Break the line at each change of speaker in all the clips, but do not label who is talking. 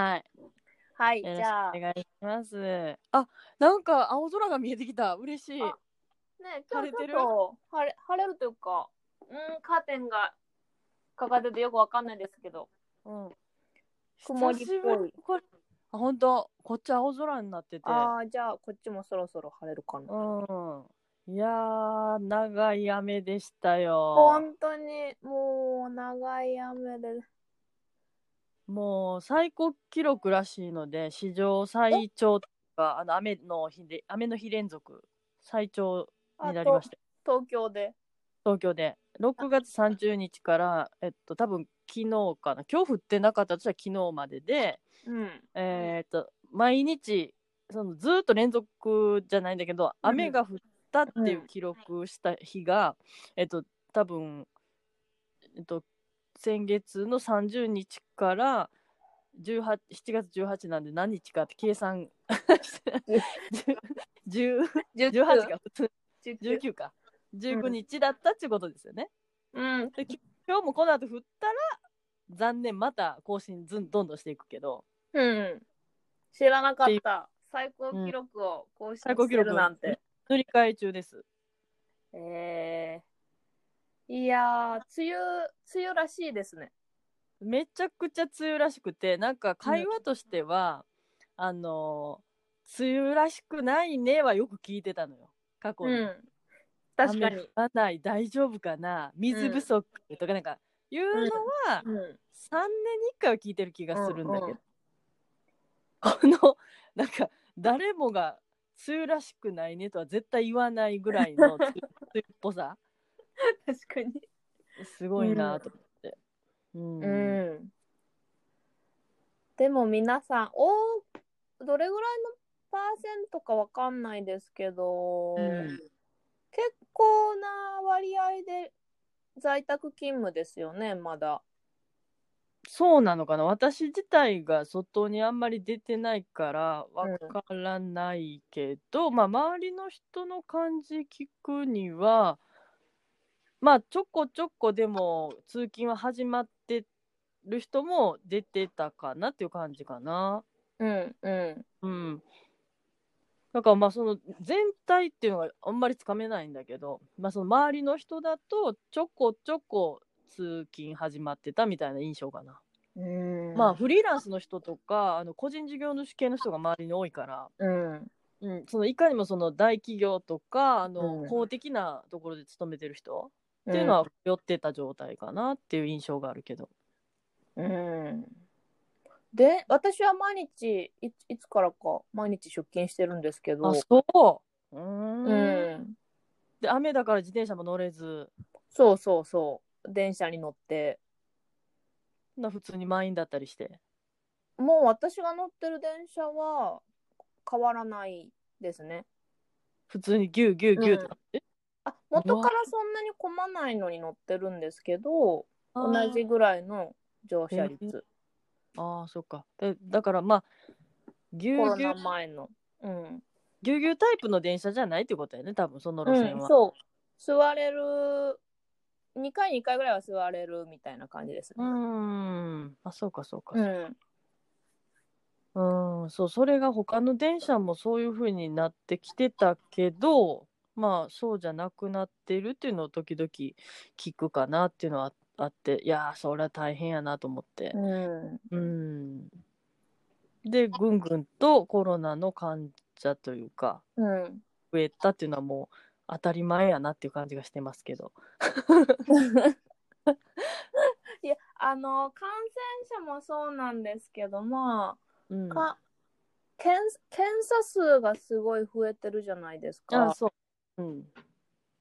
よろしくお
はい、じゃあ、ね、
願いします。あ、なんか青空が見えてきた。嬉しい。
あ今
晴れ
日ちょ
て
っ
る
と晴れ晴れるというか、うん、カーテンがかかっててよくわかんないですけど、
うん。
曇りっぽい
久しぶりこれあ、本当。こっち青空になってて。
ああ、じゃあ、こっちもそろそろ晴れるかな。
うん。いやー、長い雨でしたよ。
本当に、もう、長い雨で。
もう最高記録らしいので、史上最長とか、あの雨の日で、雨の日連続、最長になりました。
と東京で。
東京で。6月30日から、えっと、多分昨日かな、今日降ってなかったとしたら昨日までで、
うん。
えーっと、毎日、そのずーっと連続じゃないんだけど、
うん
雨が降ったっていう記録した日が、えっと、多分、えっと、先月の30日から18 7月18なんで何日かって計算10 18か普通
19。
19か19日だったっていうことですよね。
うん。
でき今日もこの後降ったら残念また更新ずんどんどんしていくけど
うん。知らなかった。最高記録を更新
最高
し
記
て
録
るなんて。
塗り替え中です。
えー、いやー、梅雨、梅雨らしいですね。
めちゃくちゃ梅雨らしくてなんか会話としては、あの梅雨らしくないねはよく聞いてたのよ過去
う
に。
ん。確かに
雨降。らない大丈夫かな水不足とかなんか言うのは
うん。
3年に1回は聞いてる気がするんだけど、
うんうん
このなんか誰もが梅雨らしくないねとは絶対言わないぐらいの梅雨梅雨っぽさ
確かに。
すごいなと思って。うん
うん。でも皆さん、おどれぐらいのパーセントかわかんないですけど、
うん
結構な割合で在宅勤務ですよね、まだ。
そうなのかな私自体が外にあんまり出てないからわからないけど、まあ周りの人の感じ聞くにはまあちょこちょこでも通勤は始まってる人も出てたかなっていう感じかな。
うんうん。
うん。だからまあその全体っていうのがあんまりつかめないんだけど、まあその周りの人だとちょこちょこ通勤始まってたみたいな印象かな。
うん
まあ、フリーランスの人とかあの個人事業主系の人が周りに多いから、
うん。
うん、そのいかにもその大企業とかあの、
うん
公的なところで勤めてる人っていうのは寄ってた状態かなっていう印象があるけど、
うん。で、私は毎日、いついつからか毎日出勤してるんですけど、
あそううーん
うん。
で雨だから自転車も乗れず
そうそうそう。電車に乗って。
そんな普通に満員だったりして
もう私が乗ってる電車は変わらないですね。
普通にギューギューギューってなって、
あ元からそんなに混まないのに乗ってるんですけど、同じぐらいの乗車率。
あーあーそっかだだからまあギ
コ
ュ
ロ
ーギュ
ナ
ー
前の。うん。
ギューギュータイプの電車じゃないってことやね多分その路線は、
うん、そう。座れる、2回に1回ぐらいは座れるみたいな感じです
う
ね。
ーん。あ、そうか、そうか。
うん。
うん、そう、それが他の電車もそういう風になってきてたけど、まあ、そうじゃなくなってるっていうのを時々聞くかなっていうのはああって、いやー、そりゃ大変やなと思って。
う
う
ん。
ん。で、ぐんぐんとコロナの患者というか、
うん。
増えたっていうのはもう当たり前やなっていう感じがしてますけど。
いや、あの、感染者もそうなんですけど、まあ、
うん。
か検検査数がすごい増えてるじゃないです
あ、
か。
そう。うん。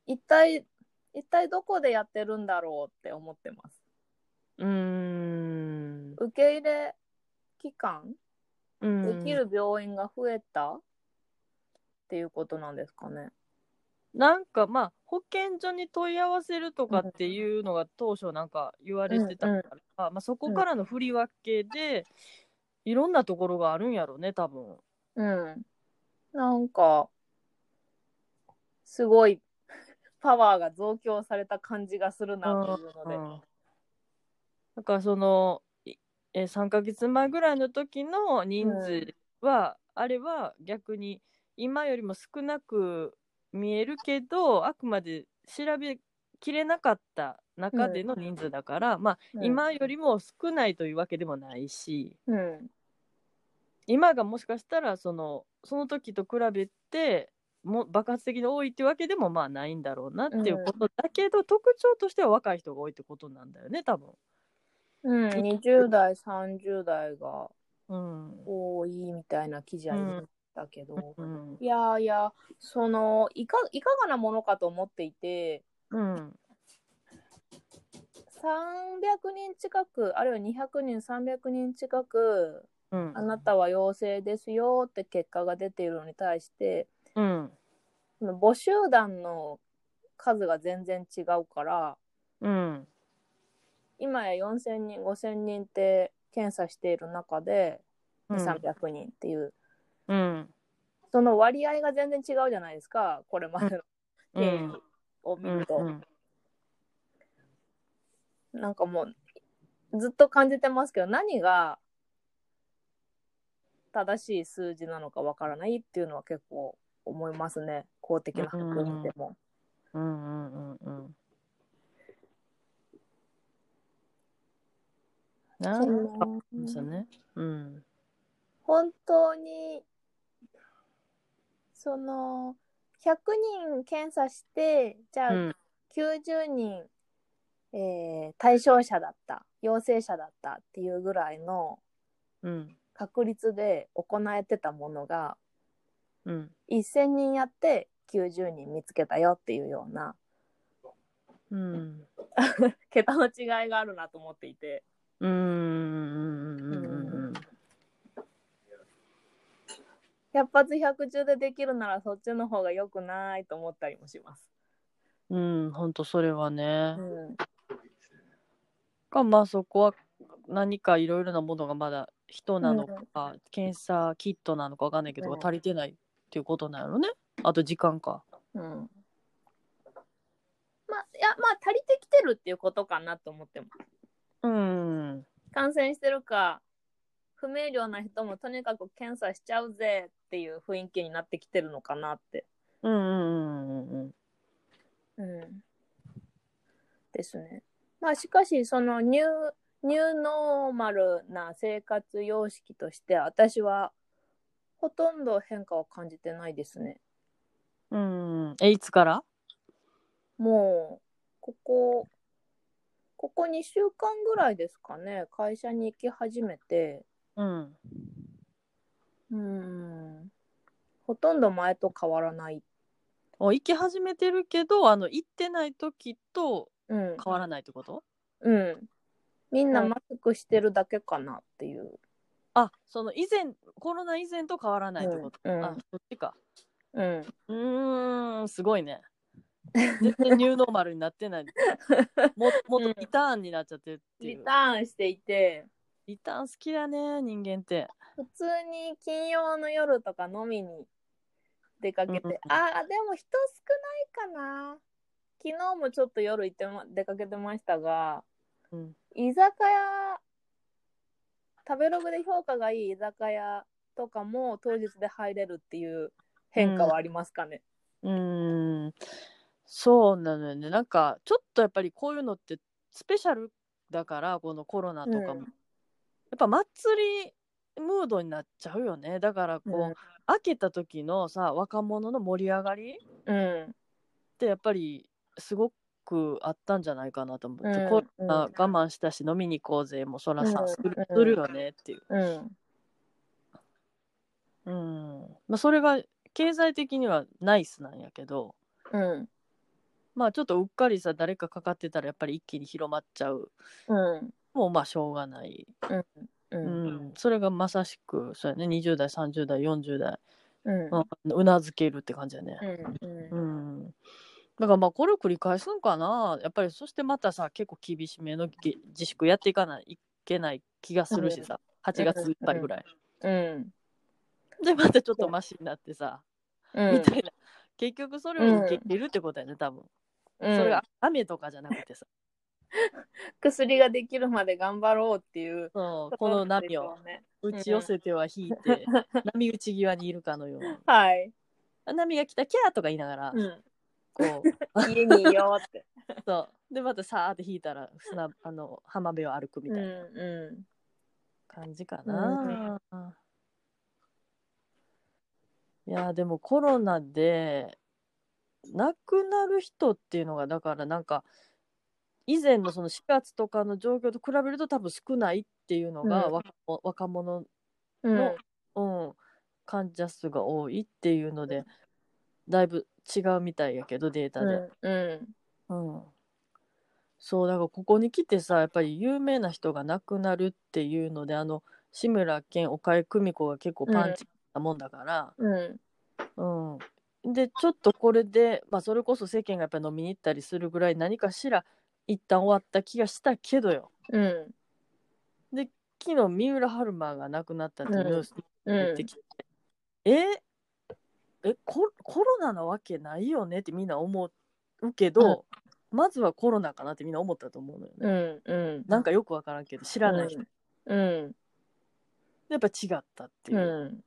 一体、一体どこでやってるんだろうって思ってます。
うーん。
受け入れ期間
うん
できる病院が増えた、っていうことなんですかね。
なんかまあ保健所に問い合わせるとかっていうのが当初なんか言われてたから、まあ、そこからの振り分けで、いろんなところがあるんやろうね多分
うん。なんか、すごいパワーが増強された感じがするなというので。
うんだからそのいえー3ヶ月前ぐらいの時の人数は、あれは逆に今よりも少なく見えるけどあくまで調べきれなかった中での人数だから、まあ、今よりも少ないというわけでもないし
うん
今がもしかしたらそのその時と比べても爆発的に多いっていうわけでもまあないんだろうなっていうことだけど、特徴としては若い人が多いってことなんだよね多分。
うん、20代30代が
うん
多いみたいな記事ありましたけど、
うん
いやいやそのいかいかがなものかと思っていて
うん
300人近くあるいは200人300人近く
うん
あなたは陽性ですよって結果が出ているのに対して
うん
その募集団の数が全然違うから
うん
今や4000人5000人って検査している中で300人っていう、
うん
その割合が全然違うじゃないですかこれまでの
う
経
ん
緯を見ると、なんかもうずっと感じてますけど何が正しい数字なのかわからないっていうのは結構思いますね公的な確認でも。
うんうんうんなんかですね。うん。
本当にその100人検査してじゃあ
うん
90人、えー対象者だった陽性者だったっていうぐらいの
うん
確率で行えてたものが
うん。
1,000人やって90人見つけたよっていうような
うん。
桁の違いがあるなと思っていて
うんうんうんうん
100発100中でできるならそっちの方が良くないと思ったりもします。
うんうん本当それはね
う。ん
がまあそこは何かいろいろなものがまだ人なのか、検査キットなのかわかんないけど、
うん
足りてないっていうことなのね。あと時間か。
うんまあ、いや、まあ、足りてきてるっていうことかなと思ってます。
うん。
感染してるか、不明瞭な人もとにかく検査しちゃうぜっていう雰囲気になってきてるのかなって。
うんうんうんうん
うん。ですね。まあ、しかし、そのニュー、ニューノーマルな生活様式として、私はほとんど変化を感じてないですね。
うん。うん。え、いつから
もう、ここ、ここ2週間ぐらいですかね、会社に行き始めて、
うん。
うーん、ほとんど前と変わらない。
お行き始めてるけど、あの、行ってない時と
うん、
変わらないってこと、
うん。みんな
はい
マスクしてるだけかなっていう。
あ、その以前、コロナ以前と変わらないってこと、
うんうん
あ、そっちか。
うん。
うーん、すごい ね。全然ニューノーマルになってない。ももっとリターンになっちゃってるってい
リ
う。
ターンしていて、
リターン好きだね、人間って。
普通に金曜の夜とか飲みに出かけ
うんうん
て、ああ、でも人少ないかな。昨日もちょっと夜行って、ま、出かけてましたが、
うん。
居酒屋食べログで評価がいい居酒屋とかも当日で入れるっていう変化はありますかね。
うーん。そうなのよね。なんか、ちょっとやっぱりこういうのってスペシャルだから、このコロナとかも。
うん
やっぱ祭りムードになっちゃうよね。だから、こう、
うん
開けた時のさ、若者の盛り上がり
うん、
ってやっぱりすごくあったんじゃないかなと思って、
うん
コロナ我慢したし飲みに行こうぜもうそらさ、
うん
する
うん
するよねっていう、
うん、
うんまあ、それが経済的にはナイスなんやけど
うん、
まあちょっとうっかりさ誰かかかってたらやっぱり一気に広まっちゃう
うん、
もうまあしょうがない、
う
うん
ん、
それがまさしくそうやね20代30代40代
うん、
うんうなずけるって感じやね。
う、
うんんだからまあこれを繰り返すのかなやっぱりそしてまたさ結構厳しめのぎ自粛やっていかないいけない気がするしさ8月いっぱいぐらい、
うん、
でまたちょっとマシになってさ、
うん
みたいな結局それを受け入れるってことやね多分、
うん、
それが雨とかじゃなくてさ
薬ができるまで頑張ろうっていう
そう、
と
この
なんで
波
し
を
ょうね。
打ち寄せては引いて、 波打ち際にいるかのように。
はい。
波が来た、キャーとか言いながら、
うん
こ
家にいよう って。
う、そう。で、またさーって引いたら、砂、あの、浜辺を歩くみ
うん
たいな
う
感じかな。いやー、でもコロナで、亡くなる人っていうのが、だからなんか、以前のその4月とかの状況と比べると多分少ないっていうのが、
うん
若者若者
ん。うん。
のうん、患者数が多いっていうので、だいぶ違うみたいやけど、データで。
うんうん。
うん。そう、だからここに来てさ、やっぱり有名な人が亡くなるっていうので、あの、志村けん、岡江久美子が結構パンチなもんだから、
うん。
うん。で、ちょっとこれで、まあ、それこそ世間がやっぱ飲みに行ったりするぐらい何かしら一旦終わった気がしたけどよ。
うん。
昨日、三浦春馬が亡くなったってニュース入っ
う
てきて、ええココロナなわけないよねってみんな思うけど、まずはコロナかなってみんな思ったと思うのよね。
ん。うん。
なんかよくわからんけど知らない人、
うん。
やっぱ違ったって
う
いう、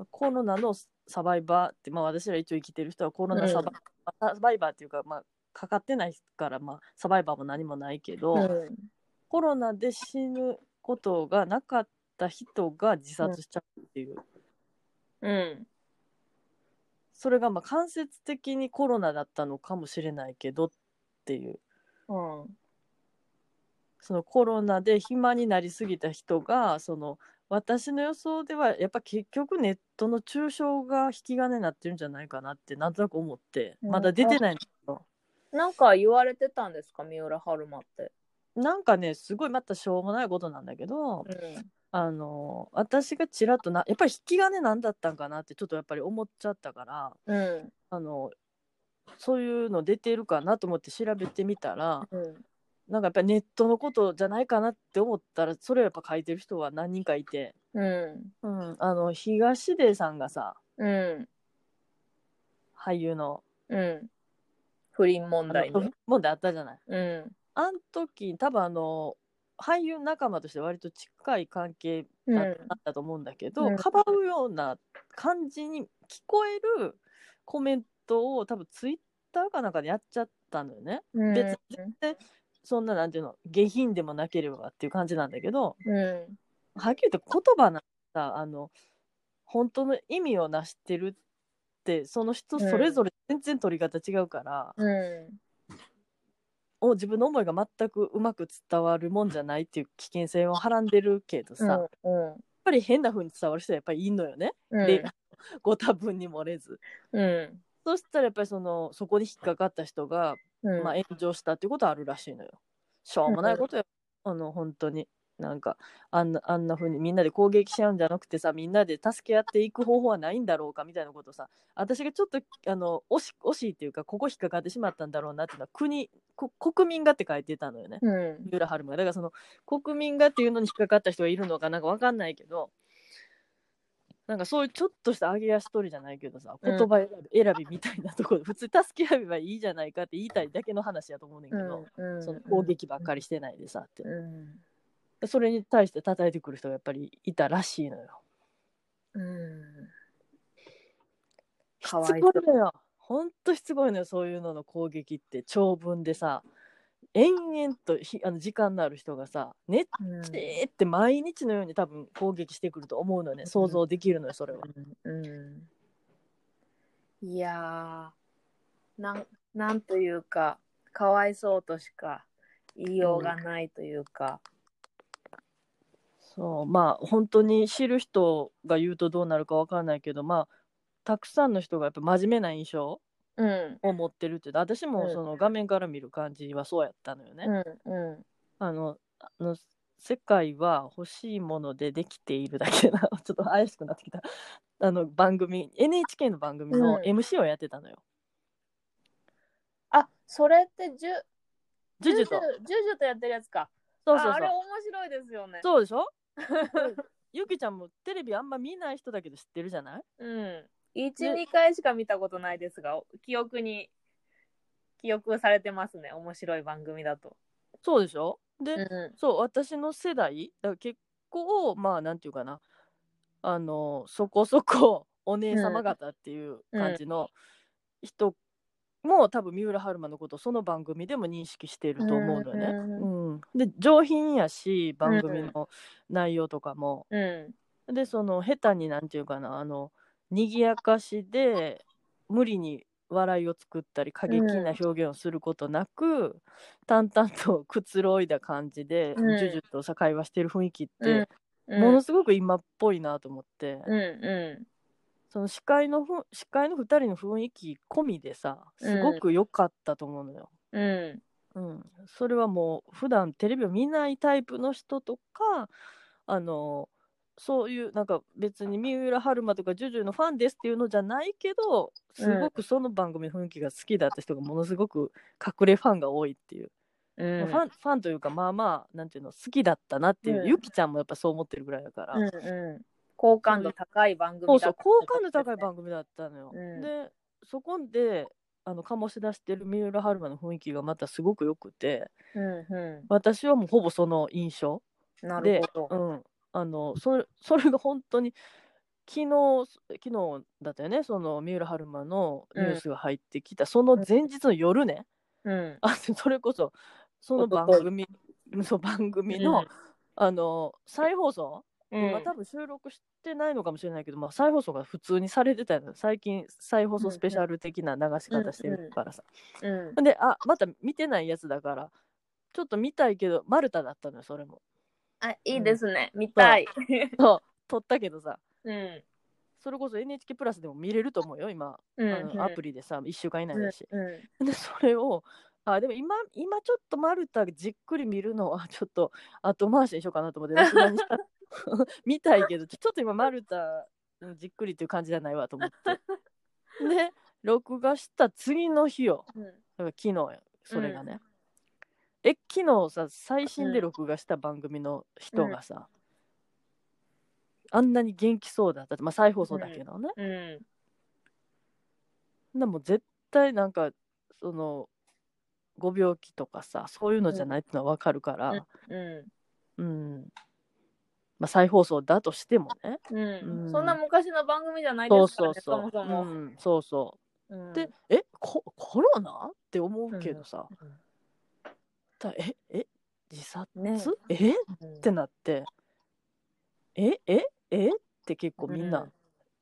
ん。
コロナのサバイバーって、まあ、私ら一応生きてる人はコロナサバ,、サバイバーっていうか、まあ、かかってないから、まあ、サバイバーも何もないけど、
うん。
コロナで死ぬことがなかった人が自殺しちゃうっていう、
うん。
それがまあ間接的にコロナだったのかもしれないけどっていう
うん。
そのコロナで暇になりすぎた人がその私の予想ではやっぱ結局ネットの中傷が引き金になってるんじゃないかなってなんとなく思って
うん
まだ出てないの、
なんか言われてたんですか、三浦春馬って。
なんかねすごいまたしょうもないことなんだけど
う
あの私がちらっとなやっぱり引き金なんだったんかなってちょっとやっぱり思っちゃったから
ん。うん。
あのそういうの出てるかなと思って調べてみたら
うん。
なんかやっぱりネットのことじゃないかなって思ったらそれをやっぱ書いてる人は何人かいて、
うん。
うん、あの東出さんがさ
うん。
俳優の
うん。不倫問
あ
題
の
ね。
問題あったじゃない。
うん。
あん時多分あの俳優仲間として割と近い関係
う
だっ
ん。
たと思うんだけど、
うん
かばうような感じに聞こえるコメントを多分ツイッターかなんかでやっちゃったのよね。
うん
別に全然そんななんていうの下品でもなければっていう感じなんだけど、
う
はっきり言って言葉なんだあの本当の意味をなしてるってその人それぞれ全然取り方違うから、
ん。う
お自分の思いが全くうまく伝わるもんじゃないっていう危険性をはらんでるけどさ、
ん。
やっぱり変な風に伝わる人はやっぱりいんのよね、
うん。
で ご多分に漏れず。
うん。
そしたらやっぱりそのそこに引っかかった人が、
うん。
まあ、炎上したっていうことはあるらしいのよ。しょうもないことよ、あの本当に。なんかあんなあんな風にみんなで攻撃し合うんじゃなくてさみんなで助け合っていく方法はないんだろうかみたいなことをさ私がちょっとあの惜し惜しいっていうかここ引っかかってしまったんだろうなっていうのは国こ国民がって書いてたのよね
うん。
三浦春馬がだからその国民がっていうのに引っかかった人がいるのかなんかわかんないけどなんかそういうちょっとした上げ足取りじゃないけどさ
う
言
ん
葉選び,、選びみたいなところ普通助け合えばいいじゃないかって言いたいだけの話やと思うねんけど、
うん。
その攻撃ばっかりしてないでさって
うん。
でそれに対して叩いてくる人がやっぱりいたらしいのよ。
うん。
しつ
かわいそう
こいのよ。ほんとしつこいのよそういうのの攻撃って長文でさ延々とひあの時間のある人がさねっ
うん
ちーって毎日のように多分攻撃してくると思うのよね想像できるのよそれは。
うんうん、いやーなんなんというかかわいそうとしか言いようがないというか、
そうまあ本当に知る人が言うとどうなるかわからないけどまあたくさんの人がやっぱ真面目な印象
うん
を持ってるって私
う
も
ん
その画面から見る感じはそうやったのよね。
うんう
あのあの世界は欲しいものでできているだけな ちょっと怪しくなってきたあの番組 NHK の番組の
うん
MC をやってたのよ。
あそれってジュ
ジュジュと
ジュジュとやってるやつか
そうそう
ああ
そ
れ
う
面白いですよね
そうでしょ ゆきちゃんもテレビあんま見ない人だけど知ってるじゃない
うん12回しか見たことないですが記憶に記憶されてますね面白い番組だと
そうでしょで、
う
そう私の世代だから結構まあなんていうかなあのそこそこ お姉様方っていう感じの人も、多分三浦春馬のことをその番組でも認識してると思うのよね。
う
うんで上品やし番組の内容とかも、
ん。う
でその下手になんていうかなあの賑やかしで無理に笑いを作ったり過激な表現をすることなく、淡々とくつろいだ感じで、
うん
ジュジュとさ会話してる雰囲気っ
ん。うん
て、。ものすごく今っぽいなと思って、
うんう
その司会のふ司会の2人の雰囲気込みでさすごく良かったと思うのよ。
ん。う
うん、それはもう普段テレビを見ないタイプの人とかあのそういうなんか別に三浦春馬とかジュジュのファンですっていうのじゃないけどすごくその番組の雰囲気が好きだった人がものすごく隠れファンが多いっていう、
ん。うん。
ファンファンというかまあまあなんていうの好きだったなっていう、
うん
ゆきちゃんもやっぱそう思ってるぐらいだから、
うんうん。好感度高い番組
そうそ
だ
う
った
好感度高い番組だったのよ、
うん
でそこであの醸し出してる三浦春馬の雰囲気がまたすごく良くて。
うんう
私はもうほぼその印象
ん。な
で
る、ほ
う
ど。
ん、あのそれそれが本当に昨日昨日だったよねその三浦春馬のニュースが入ってきた、その前日の夜ね、
うん。
あそれこそその番組そう番組の、
うん
あの再放送、
うん
まあ、多分収録してないのかもしれないけど、まあ、再放送が普通にされてたのよ最近再放送スペシャル的な流し方してるからさ、
うん。
であまた見てないやつだからちょっと見たいけどマルタだったのよそれも
あ、いいですね。見たい。
そう撮ったけどさ
うん。
それこそ NHK プラスでも見れると思うよ今、
うん
あ
うん
のアプリでさ1週間以内だし、
うんうん
でそれをあでも今今ちょっとマルタじっくり見るのはちょ っと後回しにしようかなと思って後ろにした 見たいけどちょっと今マルタうんじっくりっていう感じじゃないわと思 ってで録画した次の日よ
うん
だから昨日よそれがね、え昨日さ最新で録画した番組の人がさ、あんなに元気そうだったってまあ再放送だけどね、
うん。
でもう絶対なんかそのご病気とかさそういうのじゃないってのは分かるから
うん。
うん、まあ、再放送だとしてもね
うん
うん
そんな昔の番組じゃない
そ
で
う
すか
そ
ら
うそう
ね、そもそも。
うん、そうそうう、
ん
で、えココロナって思うけどさ、だええ自殺、
ね
えっ
って
なってえええって結構みん
う
なん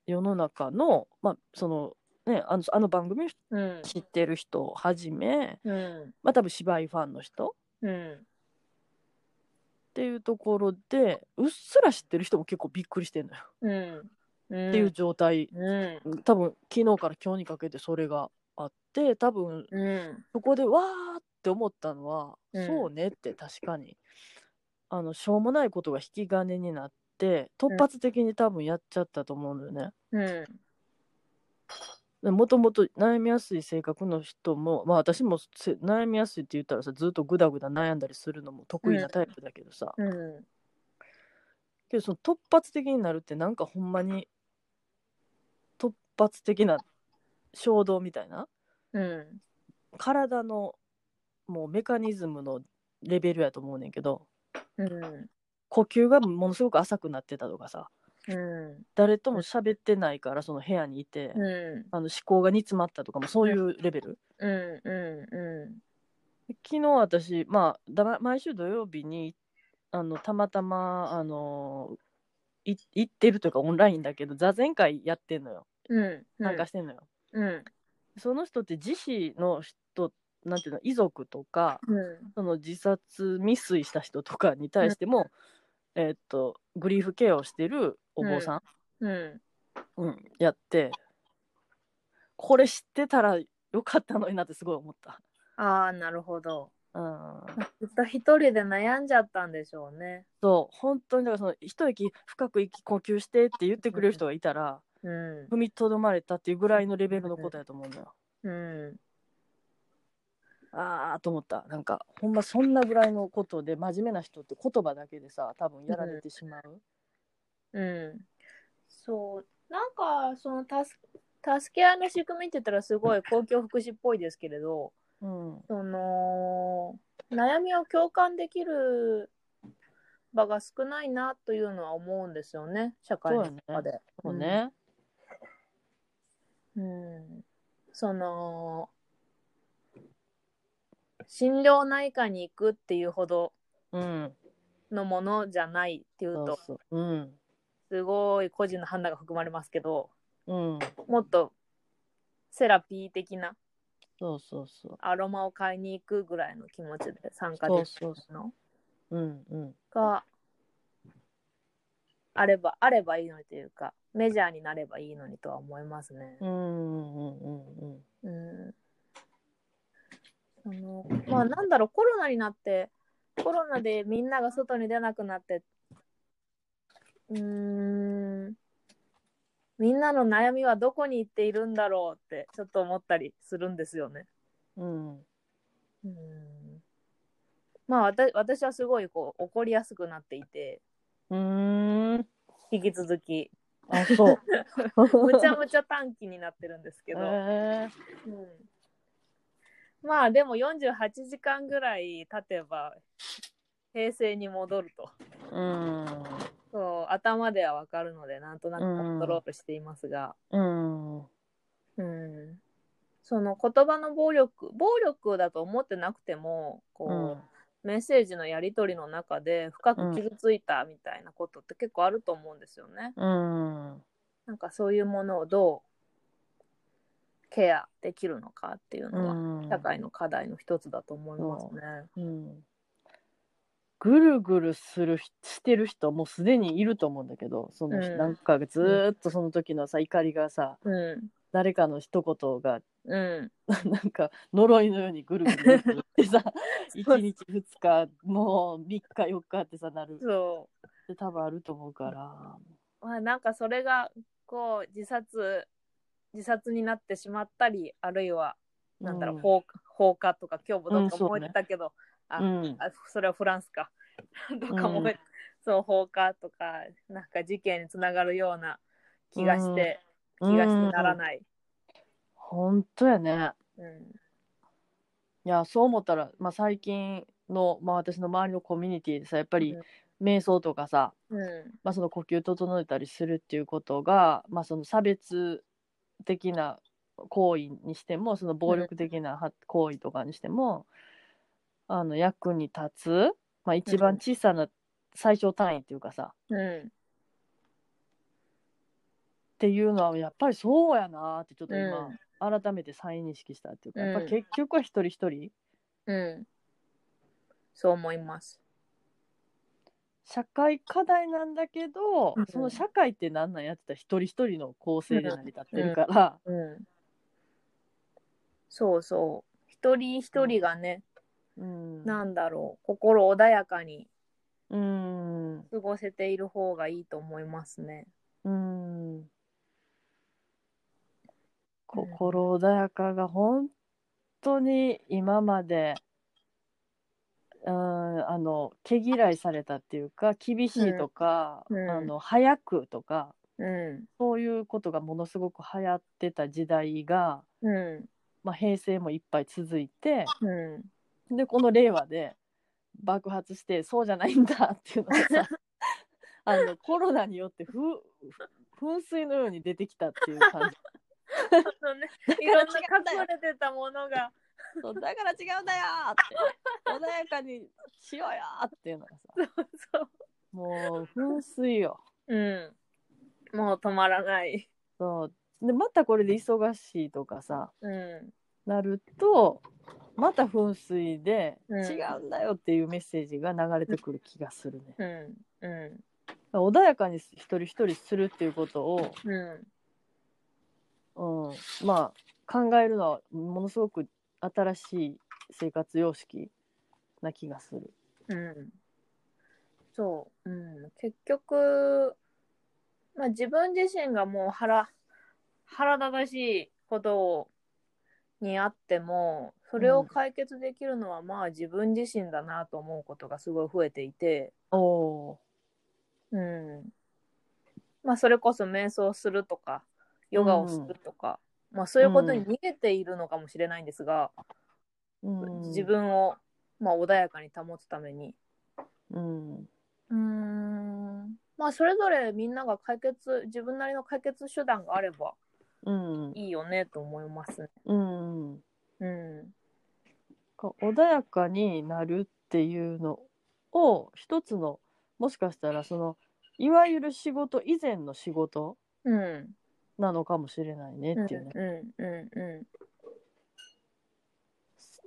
世の中の、まあそのねあのあの番組を
うん
知ってる人をはじめ
うん
まあ多分芝居ファンの人
うん
っていうところでうっすら知ってる人も結構びっくりしてるのよ、
うんうん
っていう状態
うん
多分昨日から今日にかけてそれがあって多分
うん
そこでわーって思ったのは、
うん
そうねって確かにあのしょうもないことが引き金になって突発的に多分やっちゃったと思うんだよね。
うん
もともと悩みやすい性格の人も、まあ、私もせ悩みやすいって言ったらさずっとグダグダ悩んだりするのも得意なタイプだけどさ、
うん
けどその突発的になるってなんかほんまに突発的な衝動みたいな
うん
体のもうメカニズムのレベルやと思うねんけど、
うん
呼吸がものすごく浅くなってたとかさ
うん
誰とも喋ってないからその部屋にいて、
うん
あの思考が煮詰まったとかもそういうレベル、
うんうん
昨日私まあだ毎週土曜日にあのたまたまあのい行ってるというかオンラインだけど座禅会やってんのよ
うん
参加してんのよ、
うん
その人って自死の人なんていうの遺族とか
うん
その自殺未遂した人とかに対しても、えーっとグリーフケアをしてるお坊さん
うん
うん、やってこれ知ってたらよかったのになってすごい思った。
ああなるほど
うん、
ずっと一人で悩んじゃったんでしょうね
そう本当にだからその一息深く息呼吸してって言ってくれる人がいたら
うん
踏みとどまれたっていうぐらいのレベルのことやと思うんだよ。
うん
あーと思ったなんかほんまそんなぐらいのことで真面目な人って言葉だけでさ多分やられてしまう。
うんそうなんかその助助け合いの仕組みって言ったらすごい公共福祉っぽいですけれど、
うん
その悩みを共感できる場が少ないなというのは思うんですよね、社会の中で。
そうね。
うん、その、心療内科に行くっていうほど
うん。
のものじゃないっていう
そう
と、
そう。うん。
すごい個人の判断が含まれますけど、
うん。
もっとセラピー的な
そうそうそう。
アロマを買いに行くぐらいの気持ちで参加
そ
で
う
き
そうそ
るの
う。うんうん。
があればあればいいのにというかメジャーになればいいのにとは思いますね
う。んうんうんうん。
うんあのまあ、なんだろうコロナになってコロナでみんなが外に出なくなってうーんみんなの悩みはどこに行っているんだろうってちょっと思ったりするんですよね。
うん。
うんまあ私私はすごいこう怒りやすくなっていて
うーん。
引き続き
あ、そう。
むちゃむちゃ短期になってるんですけど、
え
うんまあでも48時間ぐらい経てば平成に戻ると
ーうん。
そう頭ではわかるのでなんとなくコントロールしていますが、
うん。
うんその言葉の暴力暴力だと思ってなくてもこう、
うん。
メッセージのやり取りの中で深く傷ついたみたいなことって結構あると思うんですよね。
うん。
なんかそういうものをどうケアできるのかっていうのは、
うん
社会の課題の一つだと思いますね。
うんぐるぐるするひしてる人もうすでにいると思うんだけどその、
うん
なんかずーっとその時のさ怒りがさ
うん。
誰かの一言が
うん。
なんか呪いのようにぐるぐるぐるぐるって さ1日2日もう3日4日ってさなるっ
そ
て多分あると思うから
う。まあなんかそれがこう自殺自殺になってしまったりあるいはなんだろう、放火放火とか今日もどっか燃えてたけど、
う
あ
ん、うん
あそれはフランスか。 とかも、
うん
そう放火とかなんか事件につながるような気がして、気がしてなら
い、
ない。
本当やね
うん
いやそう思ったら、まあ、最近の、まあ、私の周りのコミュニティでさやっぱり
う
瞑想とかさ、
う
まあ、その呼吸整えたりするっていうことが、まあ、その差別的な行為にしてもその暴力的なは行為とかにしても、あの役に立つ、まあ、一番小さな最小単位っていうかさ、
んう
っていうのはやっぱりそうやなってちょっと今、
う
改めて再認識したっていうか
うん
やっぱり結局は一人一人
んうんそう思います。
社会課題なんだけど、
うん
その社会って何なんやって言ったら一人一人の構成で成り立ってるから、
うん、そうそう一人一人がね、
うん
なんだろう心穏やかに
うん
過ごせている方がいいと思いますね。
うん心穏やかが本当に今まで、うん、あの毛嫌いされたっていうか厳しいとか、
うんうん
あの早くとか
うん
そういうことがものすごく流行ってた時代が、
う
まあ、平成もいっぱい続いて
んうん
でこの令和で爆発してそうじゃないんだっていうのがさ あのコロナによってふ噴水のように出てきたっていう感じ。
そう ね、いろんな隠れてたものが、
そうだから違うんだよーって穏やかにしようよーっていうのがさ
そう
もう噴水よ
うん、もう止まらない。
そうでまたこれで忙しいとかさ
うん、
なるとまた噴水で
うん
違うんだよっていうメッセージが流れてくる気がするね、
うん、う
穏やかに一人一人するっていうこと
ん、う
を、うん、まあ考えるのはものすごく新しい生活様式な気がする
ん、うん。そう、うん、結局、まあ、自分自身がもう腹、腹立たしいことを、にあっても、それを解決できるのは、まあ自分自身だなと思うことがすごい増えていて、
おお
うん。まあ、それこそ瞑想するとか、ヨガをするとか、まあ、そういうことに逃げているのかもしれないんですが、
ー、うん
自分をまあ、穏やかに保つために。
うん。
うーん。まあ、それぞれみんなが解決、自分なりの解決手段があれば
うん。
いいよねと思いますね。
うん。
うん。
か穏やかになるっていうのを一つのもしかしたらそのいわゆる仕事以前の仕事
うん。
なのかもしれないね
うん。
っていうね、
うん。うん。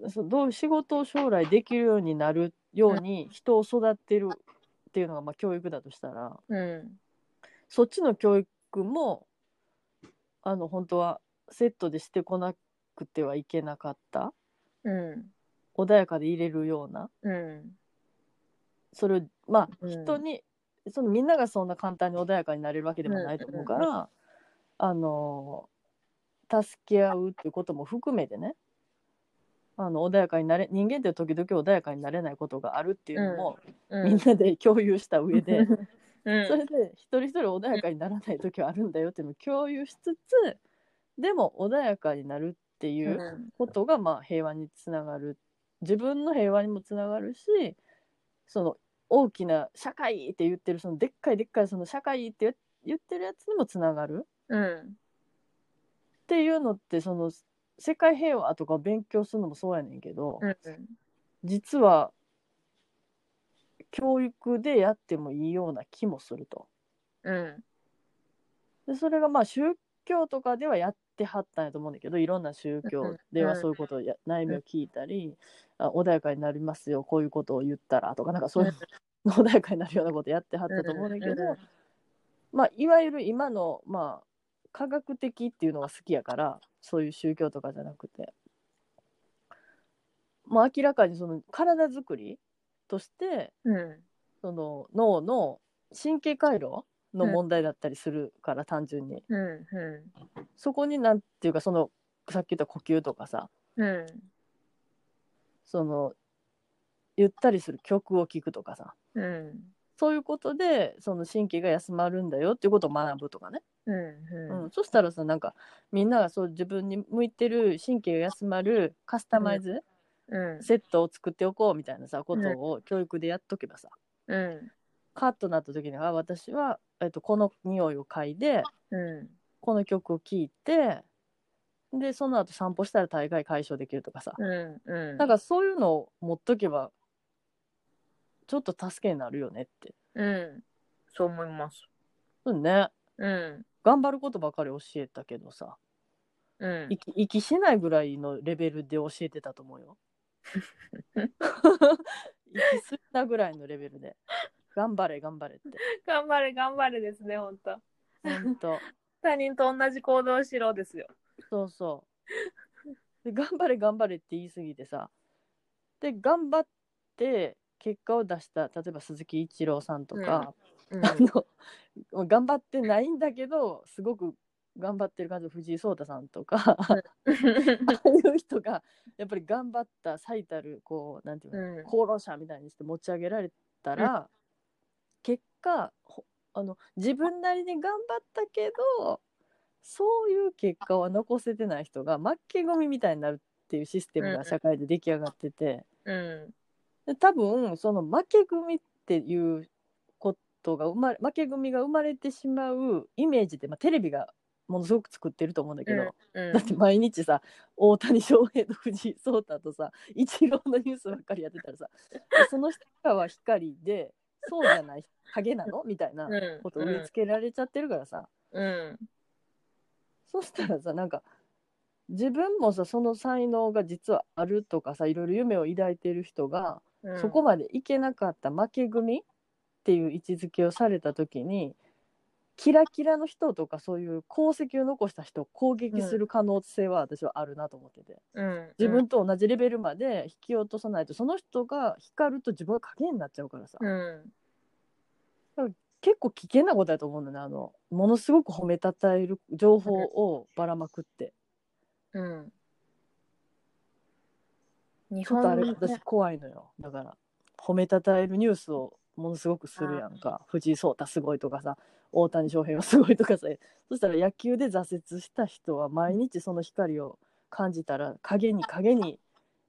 う
そどういう仕事を将来できるようになるように人を育てるっていうのがまあ教育だとしたら
ん。うん。
そっちの教育もあの本当はセットでしてこなくてはいけなかった
うん。
穏やかでいれるような
うん。
それをまあ
うん
人に、そのみんながそんな簡単に穏やかになれるわけでもないと思うから、あの助け合うっていうことも含めてねあの穏やかになれ人間って時々穏やかになれないことがあるっていうのも、
うん。
みんなで共有した上 で、
うん。
それで一人一人穏やかにならない時はあるんだよっていうのを共有しつつでも穏やかになるっていう
うん
ことがまあ平和につながる自分の平和にもつながるしその大きな社会って言ってるそのでっかいでっかいその社会って言ってるやつにもつながる
うん。
っていうのってその世界平和とかを勉強するのもそうやねんけど、
うん。
実は教育でやってもいいような気もすると。
うん。
でそれがまあ宗教とかではやってはったんやと思うんだけどいろんな宗教ではそういうことをや、悩みを聞いたり、あ穏やかになりますよこういうことを言ったらとかなんかそういう、 穏やかになるようなことやってはったと思うんだけど、
うんうん
まあ、いわゆる今の、まあ、科学的っていうのが好きやからそういう宗教とかじゃなくて、まあ、明らかにその体づくりとして
うん。
その脳の神経回路の問題だったりするから、単純に。
うん。うん。
そこになんていうかそのさっき言った呼吸とかさ
うん。
そのゆったりする曲を聴くとかさ
うん。
そういうことでその神経が休まるんだよっていうことを学ぶとかね、
うん。
うんそしたらさなんかみんながそう自分に向いてる神経が休まるカスタマイズ、
うん。
セットを作っておこうみたいなさことを教育でやっとけばさ、
うん。
カッとなった時には私は、えっと、この匂いを嗅いで
うん。
この曲を聴いてでその後散歩したら大概解消できるとかさ、
うん。うん。
なんかそういうのを持っとけばちょっと助けになるよねって。
うん。そう思います。
うんね。
うん。
頑張ることばかり教えたけどさ
うん。
息息しないぐらいのレベルで教えてたと思う よ。息すったぐらいのレベルで頑張れ頑張れって
頑張れ、頑張れですね、本当。
本当
他人と同じ行動をしろですよ。
そうそうで頑張れ頑張れって言い過ぎてさで頑張って結果を出した例えば鈴木一郎さんとか、
うんうん
あのもう頑張ってないんだけどすごく頑張ってる感じの藤井聡太さんとかああいう人がやっぱり頑張った最たるこうなんていうの、
うん
功労者みたいにして持ち上げられたら、結果ほあの自分なりに頑張ったけどそういう結果は残せてない人が負け組みたいになるっていうシステムが社会で出来上がってて。
うん。
で多分その負け組っていうことが生まれ負け組が生まれてしまうイメージって、まあ、テレビがものすごく作ってると思うんだけど、
うん
だって毎日さ大谷翔平と藤井聡太とさイチローのニュースばっかりやってたらさ その人らは光でそうじゃない影なのみたいな
うん
ことを植え付けられちゃってるからさ、
うん。
そしたらさなんか自分もさその才能が実はあるとかさいろいろ夢を抱いてる人が
うん。
そこまでいけなかった負け組っていう位置づけをされた時にキラキラの人とかそういう功績を残した人を攻撃する可能性は私はあるなと思ってて、
うん。
自分と同じレベルまで引き落とさないとその人が光ると自分が影になっちゃうからさ、
うん。
結構危険なことだと思うんだよねあのものすごく褒めたたえる情報をばらまくって、
うん。日
ちょっとあれ
本
私怖いのよだから褒めたたえるニュースをものすごくするやんか藤井聡太すごいとかさ大谷翔平はすごいとかさ そしたら野球で挫折した人は毎日その光を感じたら影に影に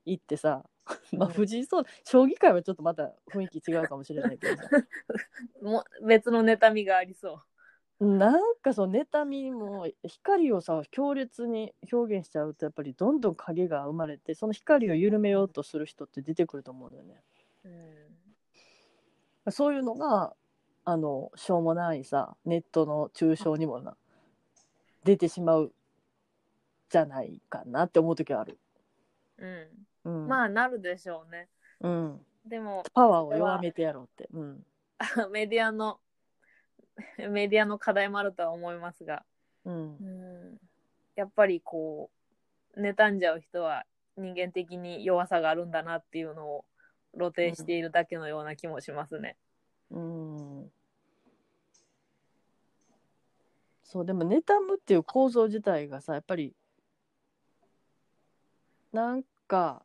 行ってさまあ
うん
藤井聡太将棋界はちょっとまた雰囲気違うかもしれないけどさ
も別の妬みがありそ
なんかその妬みも光をさ強烈に表現しちゃうとやっぱりどんどん影が生まれてその光を緩めようとする人って出てくると思うんだよね。
う。うん
そういうのがあのしょうもないさネットの中傷にもな出てしまうじゃないかなって思う時はある。
う
うん
ん、まあなるでしょうね。
うん、
でも
パワーを弱めてやろうって。うん
メディアのメディアの課題もあるとは思いますが、
うん
うん、やっぱりこう妬んじゃう人は人間的に弱さがあるんだなっていうのを露呈しているだけのような気もしますね。
うんそうでも妬むっていう構造自体がさやっぱりなんか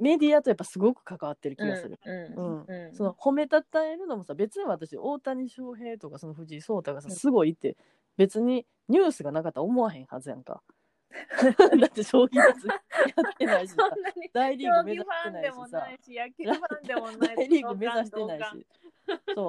メディアとやっぱすごく関わってる気
うん
がする。
うんうん
その褒めたたえるのもさ別に私大谷翔平とかその藤井聡太がさすごいって別にニュースがなかったら思わへんはずやんか。 だって将棋別にや ってないし
そ
さ
んなに
大リ
競
ーグ目
技
指してな
ファン
い
で
し
も
さ
ないし野球ファンでもない
大リーグ目指してない
同感
しそう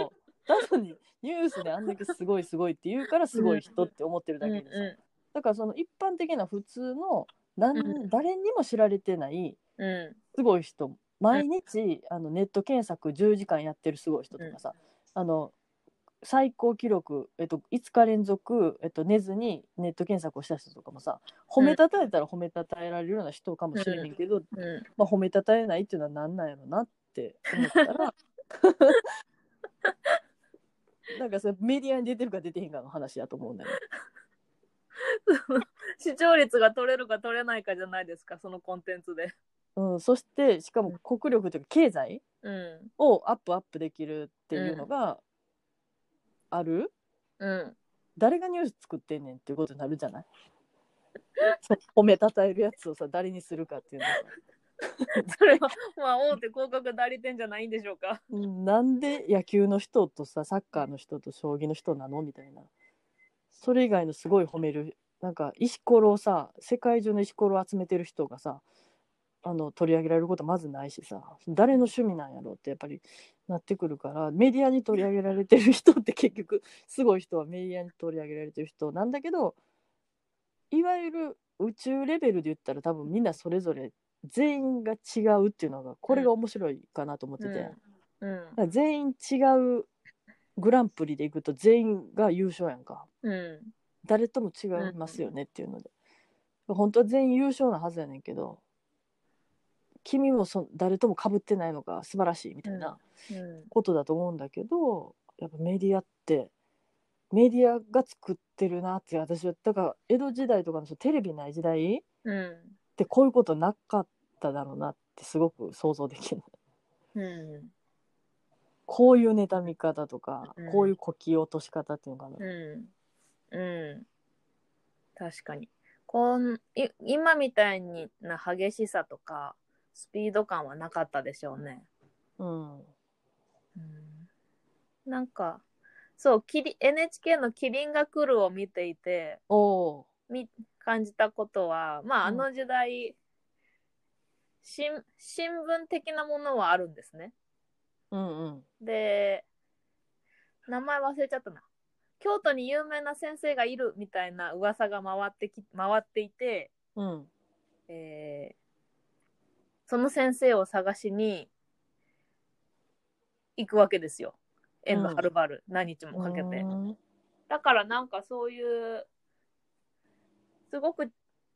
なのにニュースであんだけすごいすごいって言うからすごい人って思ってるだ
同
け
感
でさ、
う
だからその一般的な普通のなん、
うん
誰にも知られてない
んうん
すごい人毎日あのネット検索10時間やってるすごい人とかさ、あの最高記録、えっと、5日連続、えっと、寝ずにネット検索をした人とかもさ褒めたたえたら褒めたたえられるような人かもしれへんけど、
うんうん
まあ、褒めたたえないっていうのは何なんやろなって思ったらなんかそれメディアに出てるか出てへんかの話やと思うんだよね。
視聴率が取れるか取れないかじゃないですかそのコンテンツで。
うん、そしてしかも国力というか経済、
うん
をアップアップできるっていうのがある、
うん、
誰がニュース作ってんねんっていうことになるじゃない そう褒めたたえるやつをさ誰にするかっていうのはさ
それは、まあ、大手広告代理店じゃないんでしょうか。
うんなんで野球の人とさサッカーの人と将棋の人なのみたいなそれ以外のすごい褒めるなんか石ころをさ世界中の石ころを集めてる人がさあの取り上げられることまずないしさ誰の趣味なんやろうってやっぱりなってくるからメディアに取り上げられてる人って結局すごい人はメディアに取り上げられてる人なんだけどいわゆる宇宙レベルで言ったら多分みんなそれぞれ全員が違うっていうのがこれが面白いかなと思ってて。
うん
だから全員違うグランプリでいくと全員が優勝やんか
う
誰とも違いますよねっていうので、本当は全員優勝なはずやねんけど君もそ誰とも被ってないのが素晴らしいみたいな
うんう
ことだと思うんだけど、やっぱメディアってメディアが作ってるなって私はだから江戸時代とかのそのテレビない時代っ
んう
てこういうことなかっただろうなってすごく想像できる
んうん
こういう妬み方とか、
うん
こういうこき落とし方っていうのかな、
うんうん確かにこんい今みたいな激しさとかスピード感はなかったでしょうね。
うん
うん、なんかそうキリ NHK の「キリンが来る」を見ていて、
おー
み感じたことは、まあ、あ
うん
の時代、新新聞的なものはあるんですね。
うんうん
で、名前忘れちゃったな。京都に有名な先生がいるみたいな噂が回ってき回っていて、
うん
えーその先生を探しに行くわけですよ。遠路はるばる、何日もかけて。
うん
だからなんかそういうすごく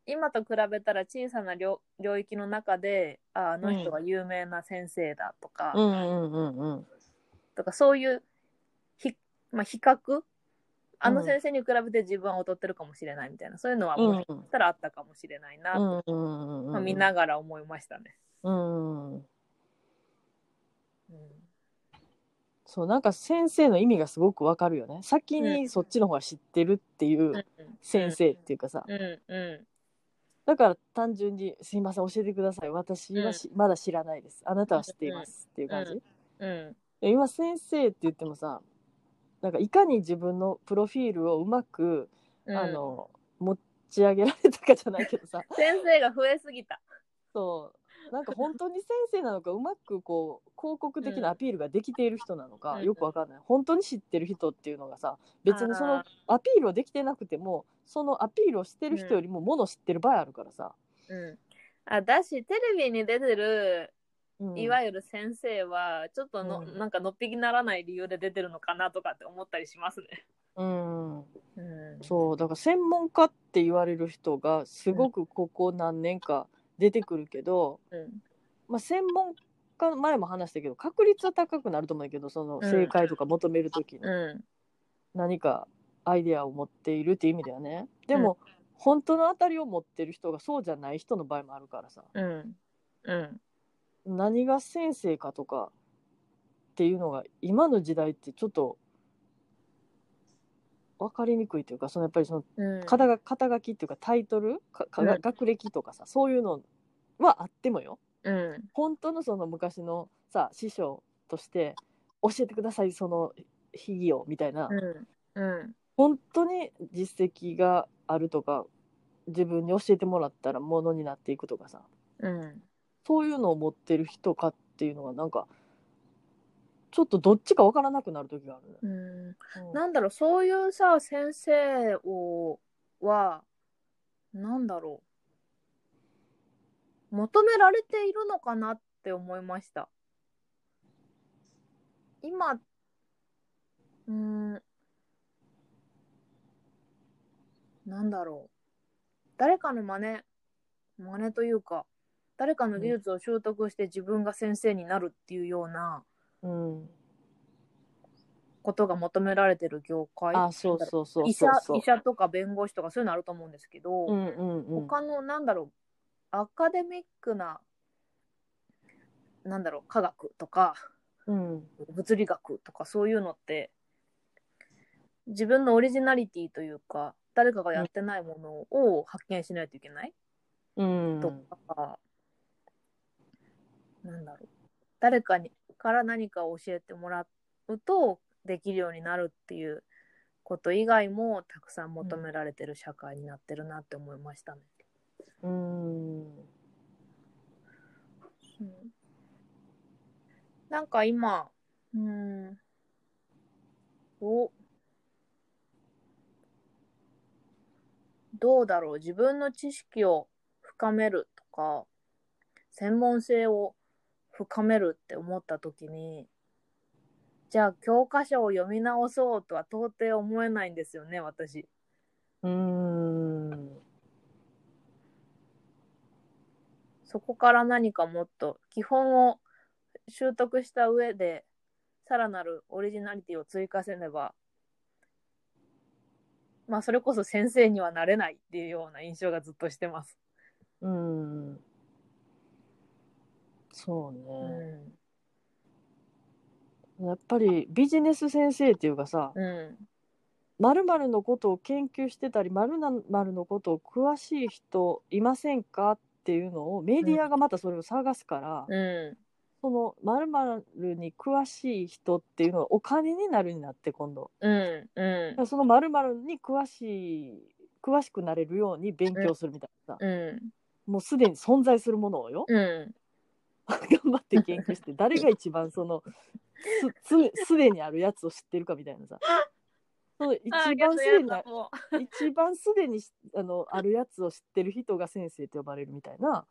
今と比べたら小さな領領域の中でああの人が有名な先生だとか,、
うんうんうん
とかそういうひ、まあ、比較あの先生に比べて自分は劣ってるかもしれないみたいな、そういうのは
う
もし
ん
かしたらあったかもしれないな、
うんうんうん
まあ、見ながら思いましたね。
うん
うん
そうなんか先生の意味がすごくわかるよね先
う
にそっちの方が知ってるっていううん先生っていうかさ、
うんう
だから単純に「すいません教えてください私はし、まだ知らないですあなたは知っています」っていう感じ、
うんんう
で今先生って言ってもさなんかいかに自分のプロフィールをうまく、
んうん
あの持ち上げられたかじゃないけどさ
先生が増えすぎた。
そうなんか本当に先生なのかうまくこう広告的なアピールができている人なのか、
うん
よくわかんない本当に知ってる人っていうのがさ別にそのアピールをできてなくてもそのアピールをしてる人よりももの知ってる場合あるからさ、
うん。あ、だし、テレビに出てる、
うん
いわゆる先生は、ちょっとの、
うん
なんかのっぴきならない理由で出てるのかなとかって思ったりしますね。
うん、
うん。
そうだから専門家って言われる人がすごくここ何年か出てくるけど、
うん。
まあ、専門家前も話したけど確率は高くなると思うけどその正解とか求める時の
う
何かアイデアを持っているっていう意味ではねでも、本当の当たりを持ってる人がそうじゃない人の場合もあるからさ
ん。うん。うん。
何が先生かとかっていうのが今の時代ってちょっと分かりにくいというかそのやっぱりその
うん。
肩が肩書きっていうかタイトルかか
うん
学歴とかさそういうのはあってもよ
うん。
本当のその昔のさ師匠として教えてくださいその秘技をみたいな、
うん。うん。
本当に実績があるとか自分に教えてもらったらものになっていくとかさ
うん。
そういうのを持ってる人かっていうのはなんかちょっとどっちかわからなくなる時があるね。
うん。
うん
なんだろう、そういうさ、先生を、は、なんだろう。求められているのかなって思いました。今、うん、なんだろう。誰かの真似、真似というか、誰かの技術を習得して自分が先生になるっていうような
うん、
ことが求められてる業界。
あそうそうそう
医
そ
者
うそう
医者とか弁護士とかそういうのあると思うんですけど、
うんうんうん
他のなんだろうアカデミックななんだろう科学とか
うん
物理学とかそういうのって自分のオリジナリティというか誰かがやってないものを発見しないといけない
うん
とか、なんだろう誰かにから何かを教えてもらうとできるようになるっていうこと以外もたくさん求められてる社会になってるなって思いましたね。
うん
うんなんか今、うん、おどうだろう自分の知識を深めるとか専門性を深めるって思った時にじゃあ教科書を読み直そうとは到底思えないんですよね私。
うーん
そこから何かもっと基本を習得した上でさらなるオリジナリティを追加せねばまあそれこそ先生にはなれないっていうような印象がずっとしてます。
うーんそう
う
ね、
ん。
やっぱりビジネス先生っていうかさ
う
まるのことを研究してたりまるのことを詳しい人いませんかっていうのをメディアがまたそれを探すから、
ん。う
そのまるに詳しい人っていうのはお金になるになって今度
ん。うん。
だ
う
からそのまるに詳しい詳しくなれるように勉強するみたいなさ、
ん。うん。
もうすでに存在するものをよ、
うん。
頑張って研究して誰が一番そのすすすでにあるやつを知ってるかみたいな さその一番すでにあ
も
一番すでにしあ のあるやつを知ってる人が先生と呼ばれるみたいな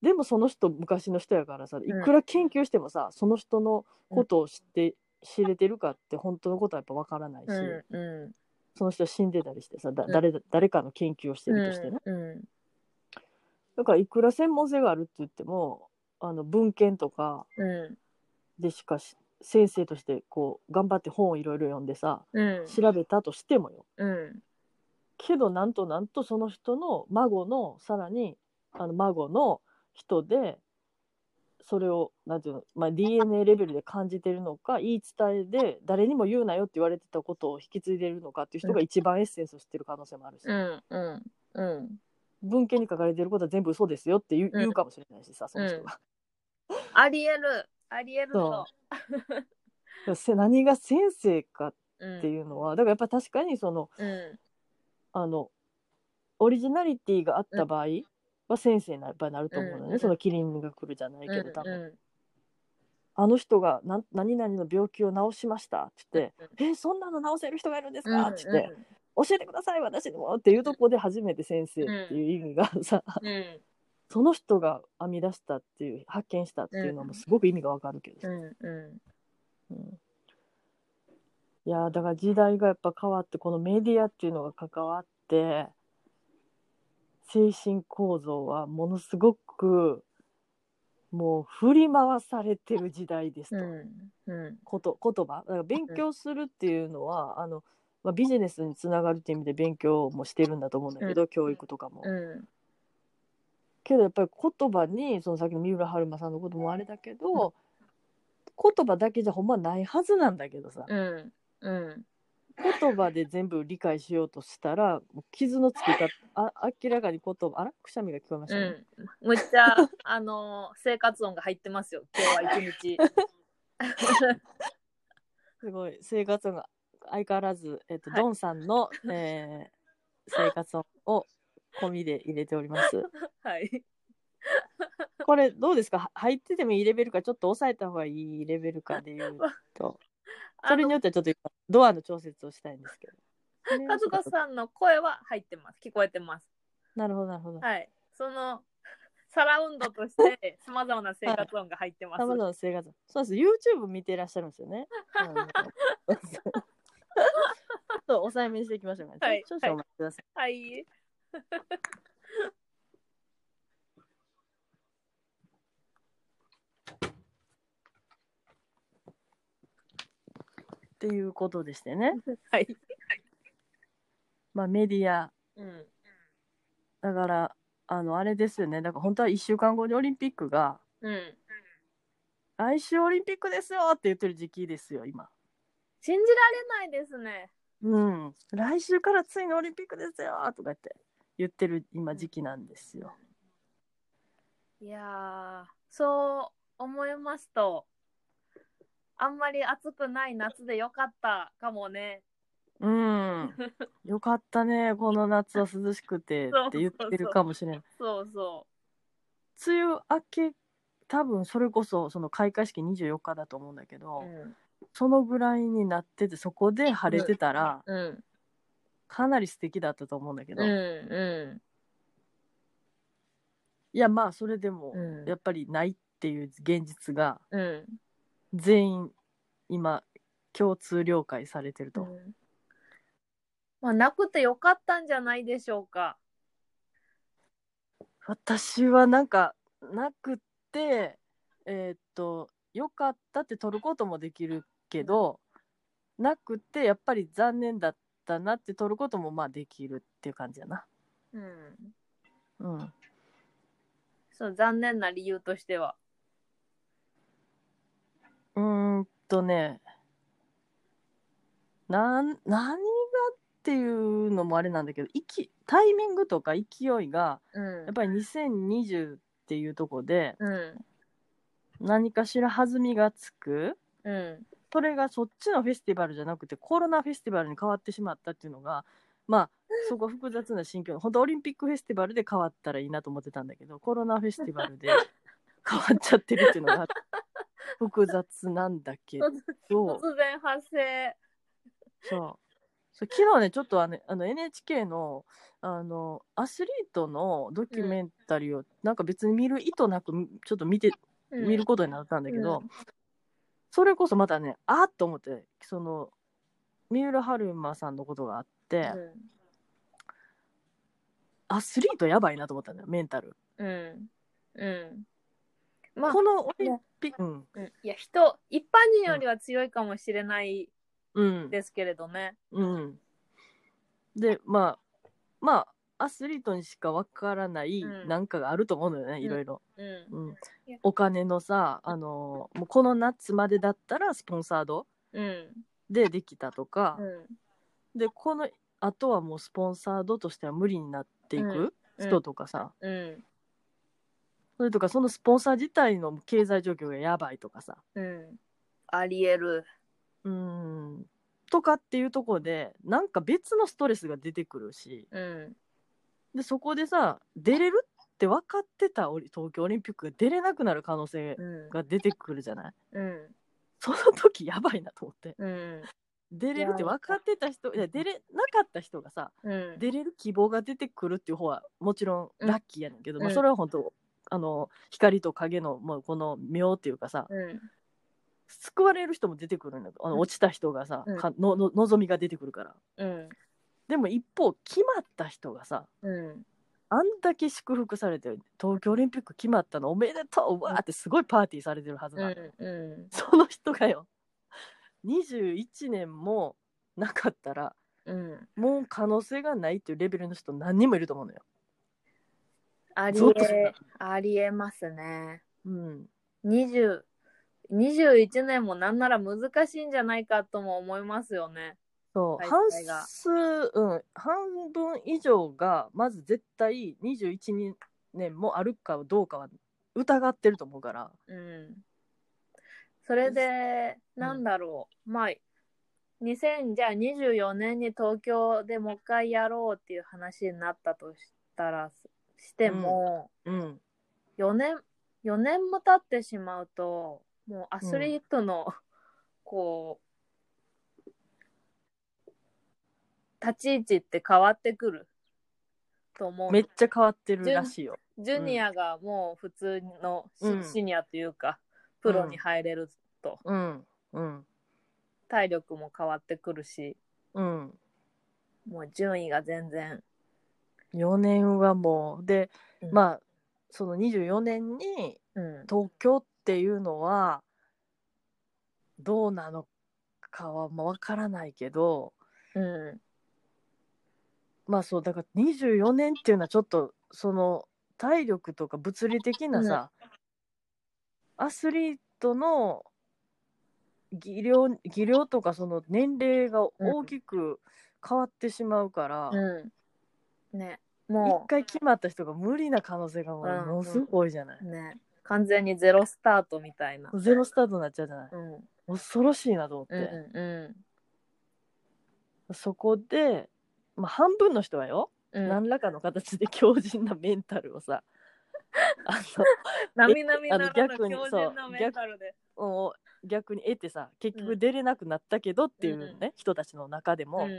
でもその人昔の人やからさいくら研究してもさ、その人のことを知って知れてるかって本当のことはやっぱ分からないし、
う。うん。う
その人は死んでたりしてさだ
うん
誰だ誰かの研究をして
ん。
るとしてね、
うん。
だからいくら専門性があるって言ってもあの文献とか
う
でしかし先生としてこう頑張って本をいろいろ読んでさ
ん。うん。
調べたとしてもよ
うん。
けどなんとなんとその人の孫のさらにあの孫の人でそれをなんていうの、まあ、DNA レベルで感じてるのか言い伝えで誰にも言うなよって言われてたことを引き継いでるのかっていう人が一番エッセンスを知ってる可能性もあるし、
うん。うん。うん。
文献に書かれてることは全部嘘ですよって言う,、
うん
言うかもしれないしさその人が。
ありえる。ありえるぞ。
だ からせ何が先生かっ
うん
て。いうのはだからやっぱ確かにその
うん。
あのオリジナリティがあった場合、は先生にやっぱりなると思うのね、
うん
そのキリンが来るじゃないけど、多分、
う
あの人がなん何々の病気を治しましたって言って
うん、
えそんなの治せる人がいるんです
ん
かって言って、教えてください私にもっていうとこで初めて先生っていう意味がさ、
うんうん
その人が編み出したっていう発見したっていうのもすごく意味がわかるけどさ、
うんう
うんいやーだから時代がやっぱ変わってこのメディアっていうのが関わって精神構造はものすごくもう振り回されてる時代ですと。
んうんうん
こと言葉だから勉強するっていうのは、あのまあ、ビジネスにつながるっていう意味で勉強もしてるんだと思うんだけど、教育とかも、
うん
けどやっぱり言葉にそのさっきの三浦春馬さんのこともあれだけど、言葉だけじゃほんまないはずなんだけどさ、
うんうん
言葉で全部理解しようとしたらもう傷のつき方あ明らかに言葉あらくしゃみが聞こえましたね、
うんむっち ゃあの生活音が入ってますよ今日は一 日
すごい生活音が相変わらず、えっと
はい
ドンさんの、えー生活音を込みで入れております。
はい
これどうですかは入っててもいいレベルかちょっと抑えた方がいいレベルかでいう とそれによってはちょっとドアの調節をしたいんですけど、ね
和子さんの声は入ってます聞こえてます
なるほどなるほど
はいそのサラウンドと してさまざまな生活音が入ってます
さまざまな生活そうです YouTube 見てらっしゃるんですよ ねあのちょっと抑えめにしていきましょうか、
はい
ちょ少々お待ちください、
はい
っていうことでしてね
はい
まあメディア
うん
だからあのあれですよねだから本当は1週間後にオリンピックが
うん
来週オリンピックですよって言ってる時期ですよ今
信じられないですね
うん、来週からついにオリンピックですよとか言って言ってる今時期なんですよ。
いやーそう思いますとあんまり暑くない夏でよかったかもね
うん、よかったねこの夏は涼しくて
そう
って言ってるかもしれない。
そうそ
梅雨明け多分それこそその開会式24日だと思うんだけ
う
ど、
うん
そのぐらいになっててそこで晴れてたら
うん
かなり素敵だったと思うんだけど、
うん
い
うん
やまあそれでも
うん
やっぱりないっていう現実が
うん
全員今共通了解されてると。
うんまあなくてよかったんじゃないでしょうか
私はなんかなくってえーっと良かったって取ることもできるけどなくてやっぱり残念だったなって取ることもまあできるっていう感じやな。
うん
うん、
そう残念な理由としては
うーんとねなん何がっていうのもあれなんだけど勢タイミングとか勢いが
うん
やっぱり2020っていうとこで
うん
何かしら弾みがつく。
うん
それがそっちのフェスティバルじゃなくてコロナフェスティバルに変わってしまったっていうのがまあそこ複雑な心境本当オリンピックフェスティバルで変わったらいいなと思ってたんだけどコロナフェスティバルで変わっちゃってるっていうのが複雑なんだけどそう
突然発生
そう昨日ねちょっとあのあの NHK のあのアスリートのドキュメンタリーを、なんか別に見る意図なくちょっと見て
うん
見ることになったんだけど、
う
それこそまたねあっと思ってその三浦春馬さんのことがあって、アスリートやばいなと思ったんだよメンタル、
うんうんうんまあ
このオリンピック、うん
うんいや人一般人よりは強いかもしれない
うん
ですけれどね。
うん、でまあまあアスリートにしかわからない
うん
なんかがあると思うのよね、
ん
いろいろ、
うん
うん
いや、
お金のさあのもうこの夏までだったらスポンサード
うん
でできたとか
う、ん
でこのあとはもうスポンサードとしては無理になっていく
うん
人とかさ、
うん
それとかそのスポンサー自体の経済状況がやばいとかさ
うんありえる。
うーんとかっていうところでなんか別のストレスが出てくるし
うん
でそこでさ出れるって分かってたオリ東京オリンピックが出れなくなる可能性
うん
が出てくるじゃない
うん
その時やばいなと思って
うん
出れるって分かってた人いや出れなかった人がさ
うん
出れる希望が出てくるっていう方はもちろんラッキーやねんけど、
うん
まあ、それは本当あの光と影のもうこの妙っていうかさ
うん
救われる人も出てくるんだけどあ
う
の
ん
落ちた人がさ、
うん
かのの望みが出てくるから
うん
でも一方決まった人がさ
うん
あんだけ祝福されて東京オリンピック決まったのおめでとうわーってすごいパーティーされてるはずなの、
うん
その人がよ21年もなかったら
うん
もう可能性がないっていうレベルの人何人もいると思うのよ。
あり
ゾッとする
えありえますね
うん、
20 21年もなんなら難しいんじゃないかとも思いますよね。
そう半
大会が
数、うん、半分以上がまず絶対21年もあるかどうかは疑ってると思うから
うん。それで、
うん
なんだろう。まあ、2000、じゃあ24年に東京でもう一回やろうっていう話になったとしたら、しても、
うん
4年、4年も経ってしまうと、もうアスリートの、こう、立ち位置って変わってくると思う。
めっちゃ変わってるらしいよ。
ジュニアがもう普通のシ,、
うん
ニアというか、プロに入れると、
うんうん
体力も変わってくるし、
うん
もう順位が全然。
4年はもうで、
うん
まあその24年に
うん。
東京っていうのはどうなのかはまあ分からないけど
う
まあそうだから24年っていうのはちょっとその体力とか物理的なさ、アスリートの技量技量とかその年齢が大きく変わってしまうから、
ん。うん。ね。
一
も
回決まった人が無理な可能性がもう
うん
ものすごく多いじゃない、
う、ね。完全にゼロスタートみたいな。
ゼロスタートになっちゃうじゃない
うん。
恐ろしいなと思って、
うんう
そこで、まあ、半分の人はよ、
ん。うん。
何らかの形で強靭なメンタルを さあの
なみなみなら
あ
ぬ
の逆に
強靭なメンタルで。
を逆に得てさ結
う
局
ん
出れなくなったけどっていうね、
う
人たちの中で
う
も、
ん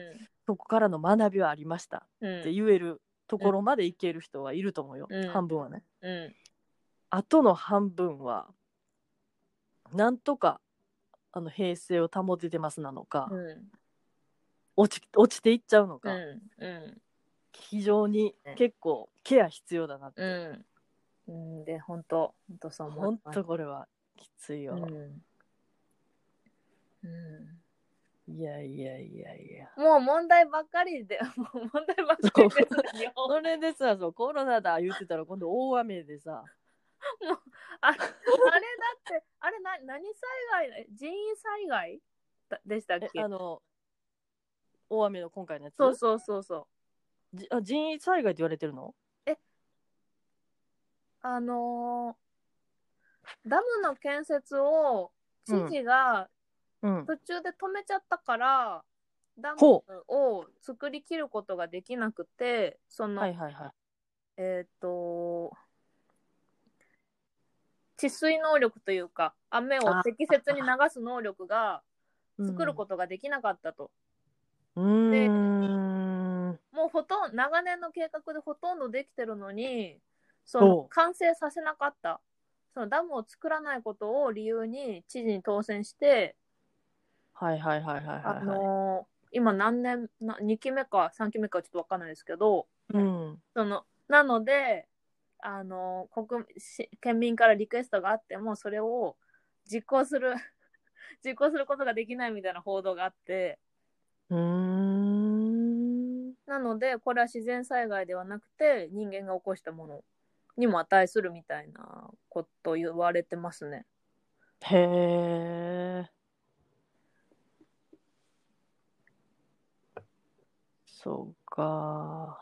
そこからの学びはありました
うん
って言えるところまでいける人はいると思うよ、
うん
半分はね。
うん
あとの半分はなんとかあの平静を保ててますなのか、
うん
落ち落ちていっちゃうの
う
か、
んうん
非常に結構ケア必要だなって、
うんうんで本当本当そう思
ほ
い
ん
ます
とこれはきついよ、
うんうん
いやいやいやいや。
もう問題ばっかりで、 もう問題ばっかりですよ。
それでさそうコロナだ言ってたら今度大雨でさ
ああれだって、あれな何災害人員災害だでしたっ
え
け
あの大雨の今回のやつ
そうそうそうそう。
じあ人為災害って言われてるの
あのーダムの建設を知事が
うん
途中で止めちゃったから、ダム
ほ
を作りきることができなくて、その、
はいはいはい
えっ、と、治水能力というか、雨を適切に流す能力が作ることができなかったと。
とうんうーん
もうほとんど、長年の計画でほとんどできてるのに、そ
そ
の
う
完成させなかった。そのダムを作らないことを理由に知事に当選して、
はいはいはいはい
あ
はい、はい
のー今何年な、2期目か3期目かちょっとわかんないですけど、
うん
そのなのであの国し県民からリクエストがあってもそれを実行する 実行することができないみたいな報道があって
うーん
なのでこれは自然災害ではなくて人間が起こしたものにも値するみたいなこと言われてますね。
へえそうか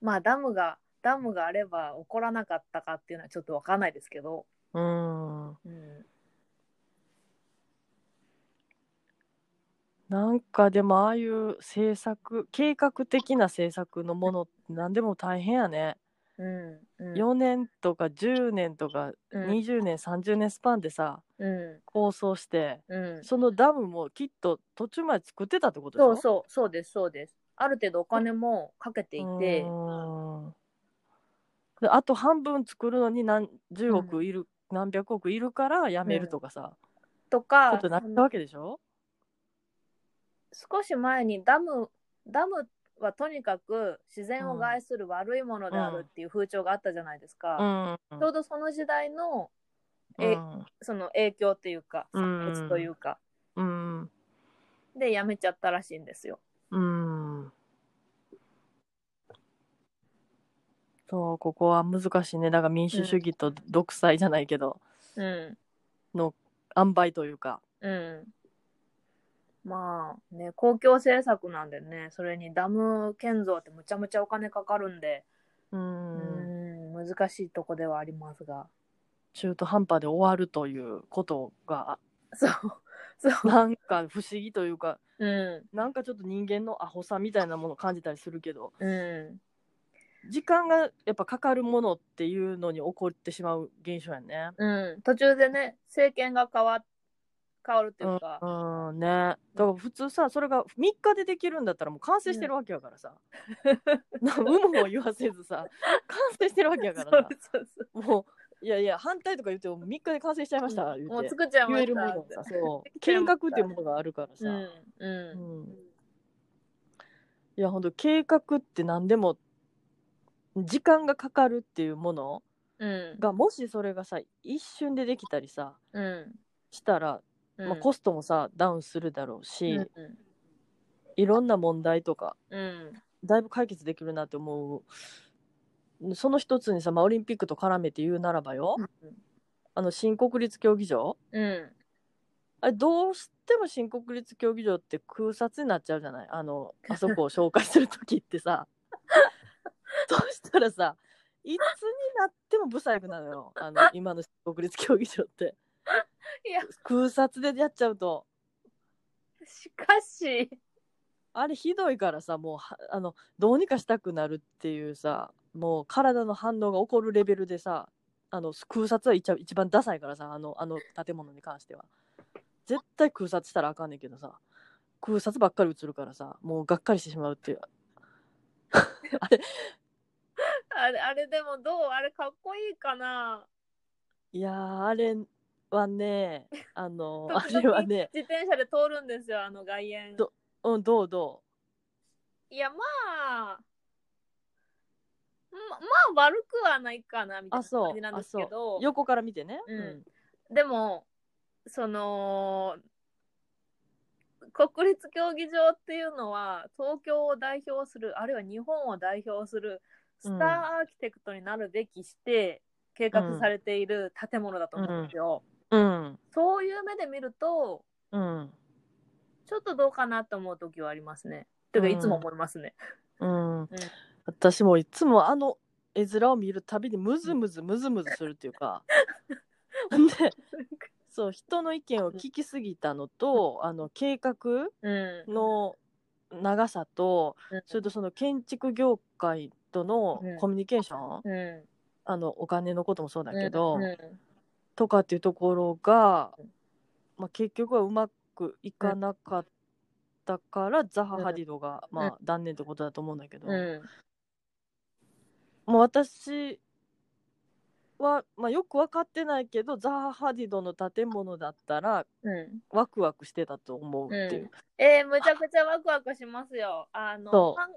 まあダムがダムがあれば起こらなかったかっていうのはちょっとわかんないですけど。
うん
うん
なんかでもああいう政策計画的な政策のものって何でも大変やね
うんうん
4年とか10年とか
うん
20年30年スパンでさ
うん
構想して
うん
そのダムもきっと途中まで作ってたってことでし
そ
ょ
うそうそうですそうですある程度お金もかけていて
うーんであと半分作るのに何十億いる、何百億いるからやめるとかさ、
とか
ことにな
そ
っ
の
たわけでしょ
少し前にダムダムはとにかく自然を害する悪いものであるっていう風潮があったじゃないです
う
か、
ん。
ちょうどその時代のえ
うん
その影響というか
うん
産物というか、
うん。
でやめちゃったらしいんですよ。
うん。そう、ここは難しいね。だから民主主義と独裁じゃないけど、
うん
塩梅というか。
うん、まあね公共政策なんでねそれにダム建造ってむちゃむちゃお金かかるんで、
う。
うんん、難しいとこではありますが
中途半端で終わるということ が、
そうそう、
なんか不思議というか、
う
なんかちょっと人間のアホさみたいなものを感じたりするけど、
んうん、
時間がやっぱかかるものっていうのに起こってしまう現象やね。
うん、途中でね政権が変わ変わるというか、
うんね。だから普通さ、それが3日でできるんだったらもう完成してるわけやからさ。な有無を言わせずさ、完成してるわけやか
そう
らさ。
そうそう
もう、いやいや、反対とか言っても3日で完成しちゃいました、言
も
う
う
て。
作っちゃいま
言え
し
るも
た
の
っ
を
て
さ、そう。
できちゃい
計
ました
画っていうものがあるからさ。
うんう
うんんいや、ほんと、計画って何でも、時間がかかるっていうもの
うん
が、もしそれがさ、一瞬でできたりさ、
うん
したら、
うん
まあ、コストもさ、ダウンするだろうし、
うん
いろんな問題とか、
うん
だいぶ解決できるなって思うその一つにさ、まあ、オリンピックと絡めて言うならばよ、
うん
あの新国立競技場
うん
あれどうしても新国立競技場って空撮になっちゃうじゃないあ のあそこを紹介する時ってさそうしたらさいつになっても不細工なのよあ の今の新国立競技場って
いや
空撮でやっちゃうと
しかし
あれひどいからさもうはあのどうにかしたくなるっていうさもう体の反応が起こるレベルでさあの空撮は一番一番ダサいからさあのあの建物に関しては絶対空撮したらあかんねんけどさ空撮ばっかり映るからさもうがっかりしてしまうっていうあれ
あれあれでもどうあれかっこいいかない
やーあれはねあ のあ
時々
れはね
自転車で通るんですよあの外苑
どうんどうど
いやまあままあ悪くはないかなみたいな感じなんですけ
う
ど
横から見てね
うんでもその国立競技場っていうのは東京を代表するあるいは日本を代表するスターアーキテクトになるべきして計画されている建物だと思うんですよ。
うん
そういう目で見ると
うん
ちょっとどうかなと思う時はありますね。ていうか
うん
いつも思いますね。
うん、私もいつもあの絵面を見るたびにムズムズムズムズするっていう かでそう人の意見を聞きすぎたのとあの計画
うん。
の長さと
うん
それとその建築業界との
うん
コミュニケーション、
うん。
あのお金のこともそうだけど、
うん
とかっていうところが
うん、
まあ、結局はうまくいかなかったから、ザハ・ハディドが、まあ、断念ってことだと思うんだけど。
うん。
もう私は、まあ、よく分かってないけどザハ・ハディドの建物だったら
うん。
ワクワクしてたと思うっていう。
えー、むちゃくちゃワクワクしますよ。あの
そう
韓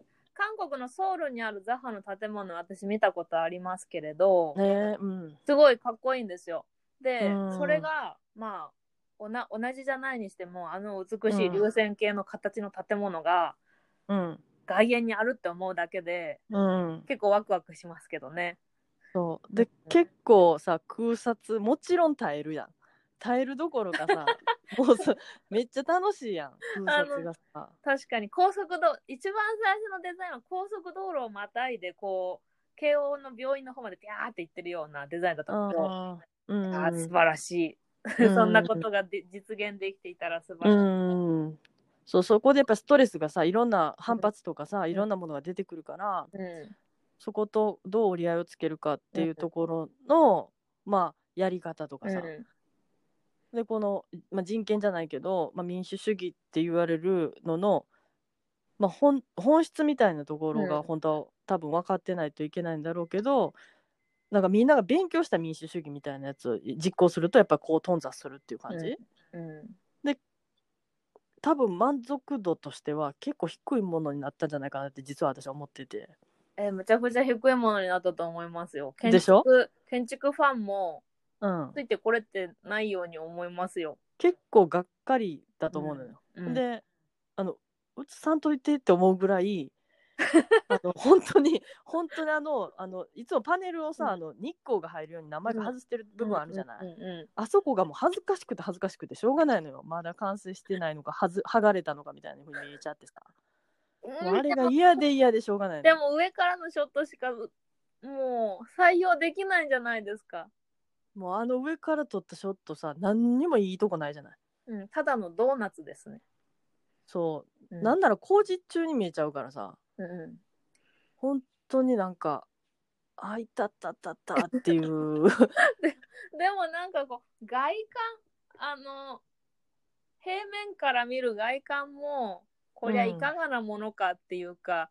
韓国のソウルにあるザハの建物私見たことありますけれど、
ねえ、うん。
すごいかっこいいんですよ。で、
うん
それがまあおな同じじゃないにしてもあの美しい流線形の形の建物が
うん。
外苑にあるって思うだけで
うん、
結構ワクワクしますけどね。
そうで結構さ空撮もちろん耐えるやん耐えるどころか さもうさめっちゃ楽しいやん空撮がさ
確かに高速道一番最初のデザインは高速道路をまたいでこう慶応の病院の方までピャーって行ってるようなデザインだったんですよ。
あーうん
あー素晴らし
う
い。
ん
そんなことがで実現できていたら素晴らしい。
うんそうそこでやっぱストレスがさいろんな反発とかさいろんなものが出てくるから、
う
そことどう折り合いをつけるかっていうところの、まあやり方とかさ、でこの、まあ、人権じゃないけど、まあ、民主主義って言われるのの、まあ、本本質みたいなところ
う
が
ん
本当は多分分かってないといけないんだろうけど、なんかみんなが勉強した民主主義みたいなやつを実行するとやっぱこう頓挫するっていう感じ、
うんうん
多分満足度としては結構低いものになったんじゃないかなって実は私は思ってて
えーむちゃくちゃ低いものになったと思いますよ。建築
でしょ
建築ファンも
うん
ついてこれってないように思いますよ。
結構がっかりだと思うのよ、
うん、
であのうつさんといてって思うぐら いあの本当に本当にあのあのいつもパネルをさ、
うん
あの日光が入るように名前が外してる部分あるじゃない、
うんう
あそこがもう恥ずかしくて恥ずかしくてしょうがないのよまだ完成してないのかはず剥がれたのかみたいなふうに見えちゃってさ
んうん
もうあれが嫌で嫌でしょうがないの
でも上からのショットしかもう採用できないんじゃないですか。
もうあの上から撮ったショットさ何にもいいとこないじゃない
うん、ただのドーナツですね。
そうう、
ん
なんなら工事中に見えちゃうからさ
うんう
本当になんかあいたたたたっていう
ん、でもなんかこう外観あの平面から見る外観もこりゃいかがなものかっていうか、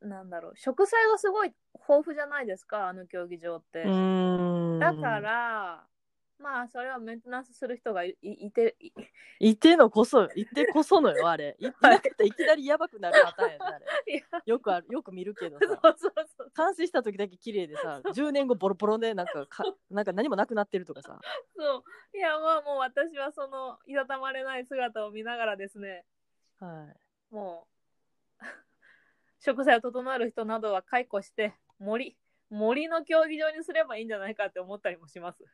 なんだろう植栽がすごい豊富じゃないですかあの競技場って。
うーん
だからまあそれはメンテナンスする人がいいいてい
いてのこそいてこそのよあれいい なくていきなりやばくなるパターンやねあれ
いや
よくあるよく見るけど
そう
さ
そうそう
完成した時だけ綺麗でさ10年後ボロボロでなんかかなんか何もなくなってるとかさ
そういやまあもう私はそのいたたまれない姿を見ながらですね
はい
もう 植栽を整える人などは解雇して森森の競技場にすればいいんじゃないかって思ったりもし ます。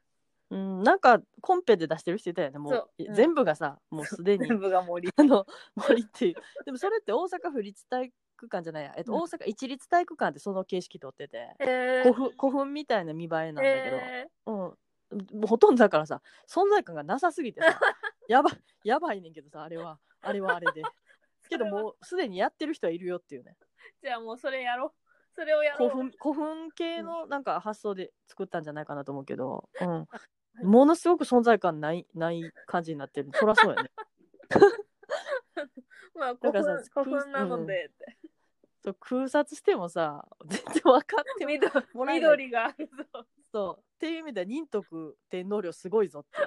うん、なんかコンペで出してる人いたよねも
そう
う、
うん
全部がさもうす でに
全部が森。
あの森っていうでもそれって大阪府立体育館じゃないや、えっと、
うん
大阪一立体育館ってその形式取ってて、
え
古
ー
墳古墳みたいな見栄えなんだけど、
え
うん、もうほとんどだからさ存在感がなさすぎ てさやばやばいねんけどさあれはあれはあれ で
ー
けど
それは
もうすでにやってる人はいるよっていうね
じゃあもうそれやろう。それをやろう。
古墳古墳系のなんか発想で作ったんじゃないかなと思うけど、
い
うん、ものすごく存在感ないない感じになってるそらそうやね
ま
だ
あ古
からさ
墳古墳なのでって、
そう空撮してもさ全然分かっても
緑
もらえない
緑があるぞ。
そうっていう意味では仁徳天皇陵すごいぞってい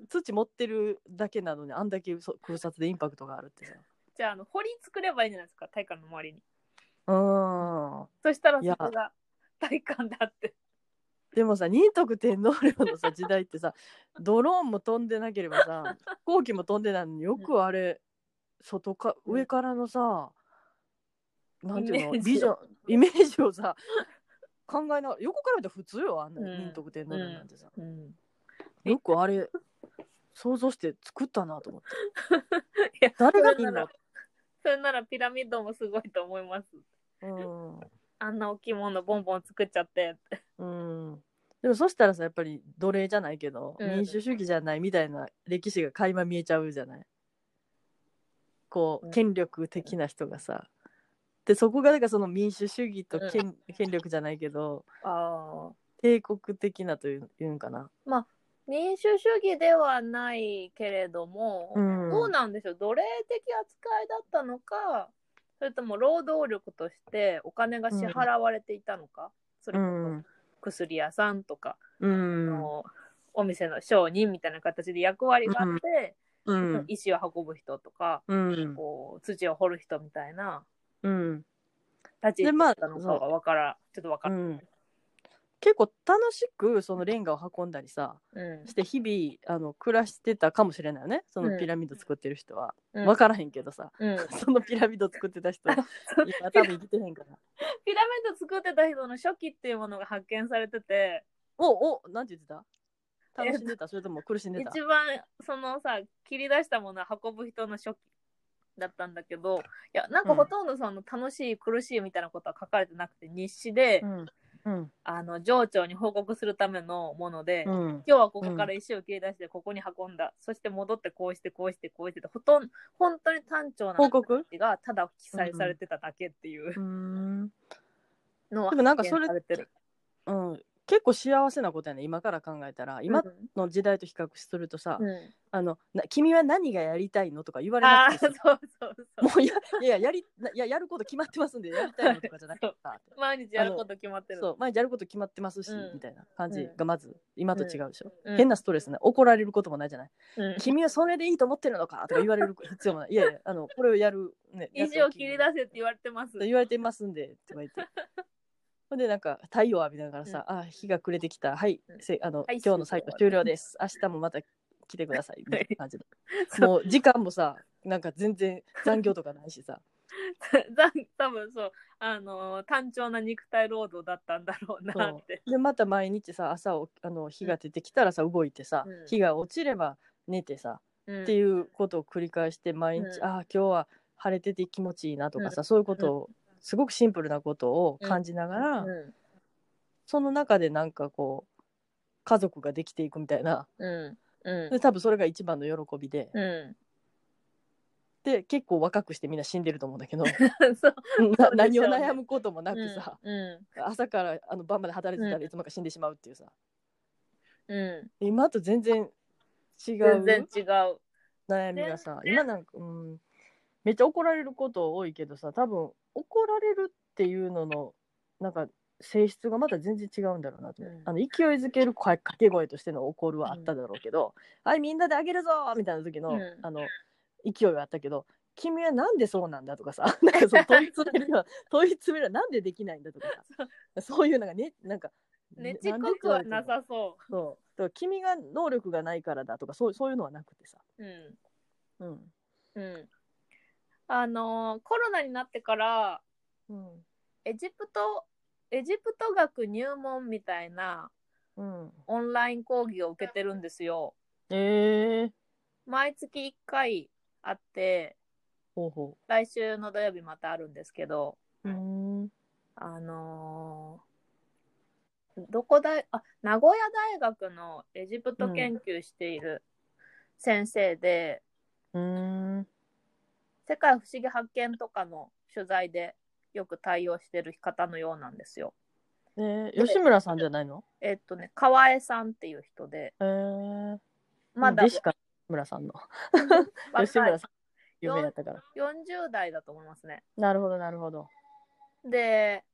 う 土持ってるだけなのにあんだけそう空撮でインパクトがあるってさ
じゃああの堀作ればいいんじゃないですか体育館の周りに。
うーん
そしたら
い
そ
や
こが体育館だって。
でもさ仁徳天皇陵のさ時代って さドローンも飛んでなければさ飛行機も飛んでないのによくあれ外か
うん
上からのさなんていうの
イメージを
ビジョンイメージをさ考えながら横から見たら普通よあんな
うん
仁徳天皇陵なんてさ、
うん、
よくあれ想像して作ったなと思って
いや
誰が
それ
見
なら
んの
それならピラミッドもすごいと思います。
うん
あんな大きいものボンボン作っちゃって。
うん、でもそしたらさやっぱり奴隷じゃないけど、
うん
民主主義じゃないみたいな歴史が垣間見えちゃうじゃないこ
う
うん権力的な人がさでそこがだからその民主主義と権,、権力じゃないけど
ああ。
帝国的なといういうんかな、
民主主義ではないけれども、
うん
どうなんでしょう奴隷的扱いだったのかそれとも労働力としてお金が支払われていたのか、それ
う
こ
ん
そ薬屋さんとか、
うん
あのお店の商人みたいな形で役割があって、
うん
石を運ぶ人とか、
うん
こう土を掘る人みたいな
うん
立ち位
で
置
ま
だっ
あ
たのかはわからんちょっとわか
う
らん
ん結構楽しくそのレンガを運んだりさ
うん
して日々あの暮らしてたかもしれないよねそうの
ん
ピラミッド作ってる人は、
うん
分からへんけどさ
うん、
そのピラミッド作ってた人、今多分生きてへんから。
ピラミッド作ってた人の初期っていうものが発見されてて、
おお、なんて言ってた楽しんでたそれとも苦しんでた
一番そのさ切り出したものを運ぶ人の初期だったんだけどいやなんかほとんどその楽しい苦しいみたいなことは書かれてなくて日誌で、
うん。うん。
あの情緒に報告するためのもので、
うん。
今日はここから石を切り出してここに運んだ、そして戻ってこうしてこうしてこうしてってほとんど本当に単調な
報告
話がただ記載されてただけっていう、
うーん。
のは
でもなんかそれ
発見さてる
うん、結構幸せなことやね今から考えたら今
うん
の時代と比較するとさ「
うん、
あのな君は何がやりたいの?」とか言われ
あ
な
あ
く
そ
て
う
さ
そうそう
もういやいややりないややること決まってますんでやりたいのとかじゃなくてさ
毎日やること決まってる
そう前やること決まってますし、
うん
みたいな感じ
う
がまず今と違うでしょ、
うん
変なストレスね怒られることもないじゃない、
うん
君はそれでいいと思ってるのかとか言われる必要もないいやいやあのこれをやる ね
意地を切り出
す
せって言われてます
言われてますんでとか言ってほんでなんか太陽浴びながらさ、あ日が暮れてきたはい、
うん
せあの
はい
今日の最後終了です明日もまた来てくださいみたいな感じで
そう
もう時間もさなんか全然残業とかないしさ
ざ多分そうあのー単調な肉体労働だったんだろうなって
でまた毎日さ朝をあの日が出てきたらさ動いてさ、
うん
日が落ちれば寝てさ、
うん
っていうことを繰り返して毎日、
うん
ああ今日は晴れてて気持ちいいなとかさ、
う
そういうことを、すごくシンプルなことを感じながら、
うん
その中でなんかこう家族ができていくみたいな
うんう
で多分それが一番の喜びで、
んうん
で結構若くしてみんな死んでると思うんだ けど
そう
な何を悩むこともなくさ、
うん
朝からあの晩まで働いてた
うん
らいつもか死んでしまうっていうさ、
うん
今と全然違
全然
う
違う
悩みがさ
全
今
然
なんか、うん、めっちゃ怒られること多いけどさ多分怒られるっていうののなんか性質がまた全然違うんだろうなと思う、
うん
あの勢いづける声掛け声としての怒るはあっただろうけど「はいみんなであげるぞ!」みたいな時の,、
うん
あの勢いはあったけど「君はなんでそうなんだ?」とかさ なんかその問い詰めるの は問い詰めるのはなんでできないんだとかさそういうのがねなんか
ね
ね
ちっこくはなさそ
そう。だから君が能力がないからだとか、そうそういうのはなくてさ。
ううん
うん。
うんあのーコロナになってから
うん。
エジプトエジプト学入門みたいな
うん、
オンライン講義を受けてるんですよ
ええ
毎月1回あって
ほうほ
来週の土曜日またあるんですけど
う。うん。
あのーどこだあ名古屋大学のエジプト研究している先生で、
うん。
世界不思議発見とかの取材でよく対応してる方のようなんですよ。
えー、吉村さんじゃないの
えっとね川江さんっていう人で
ええー。
まだ
弟子か、吉村さんの。吉
若い
村さん、有名だったから。
40代だと思いますね。
なるほど、なるほど。
で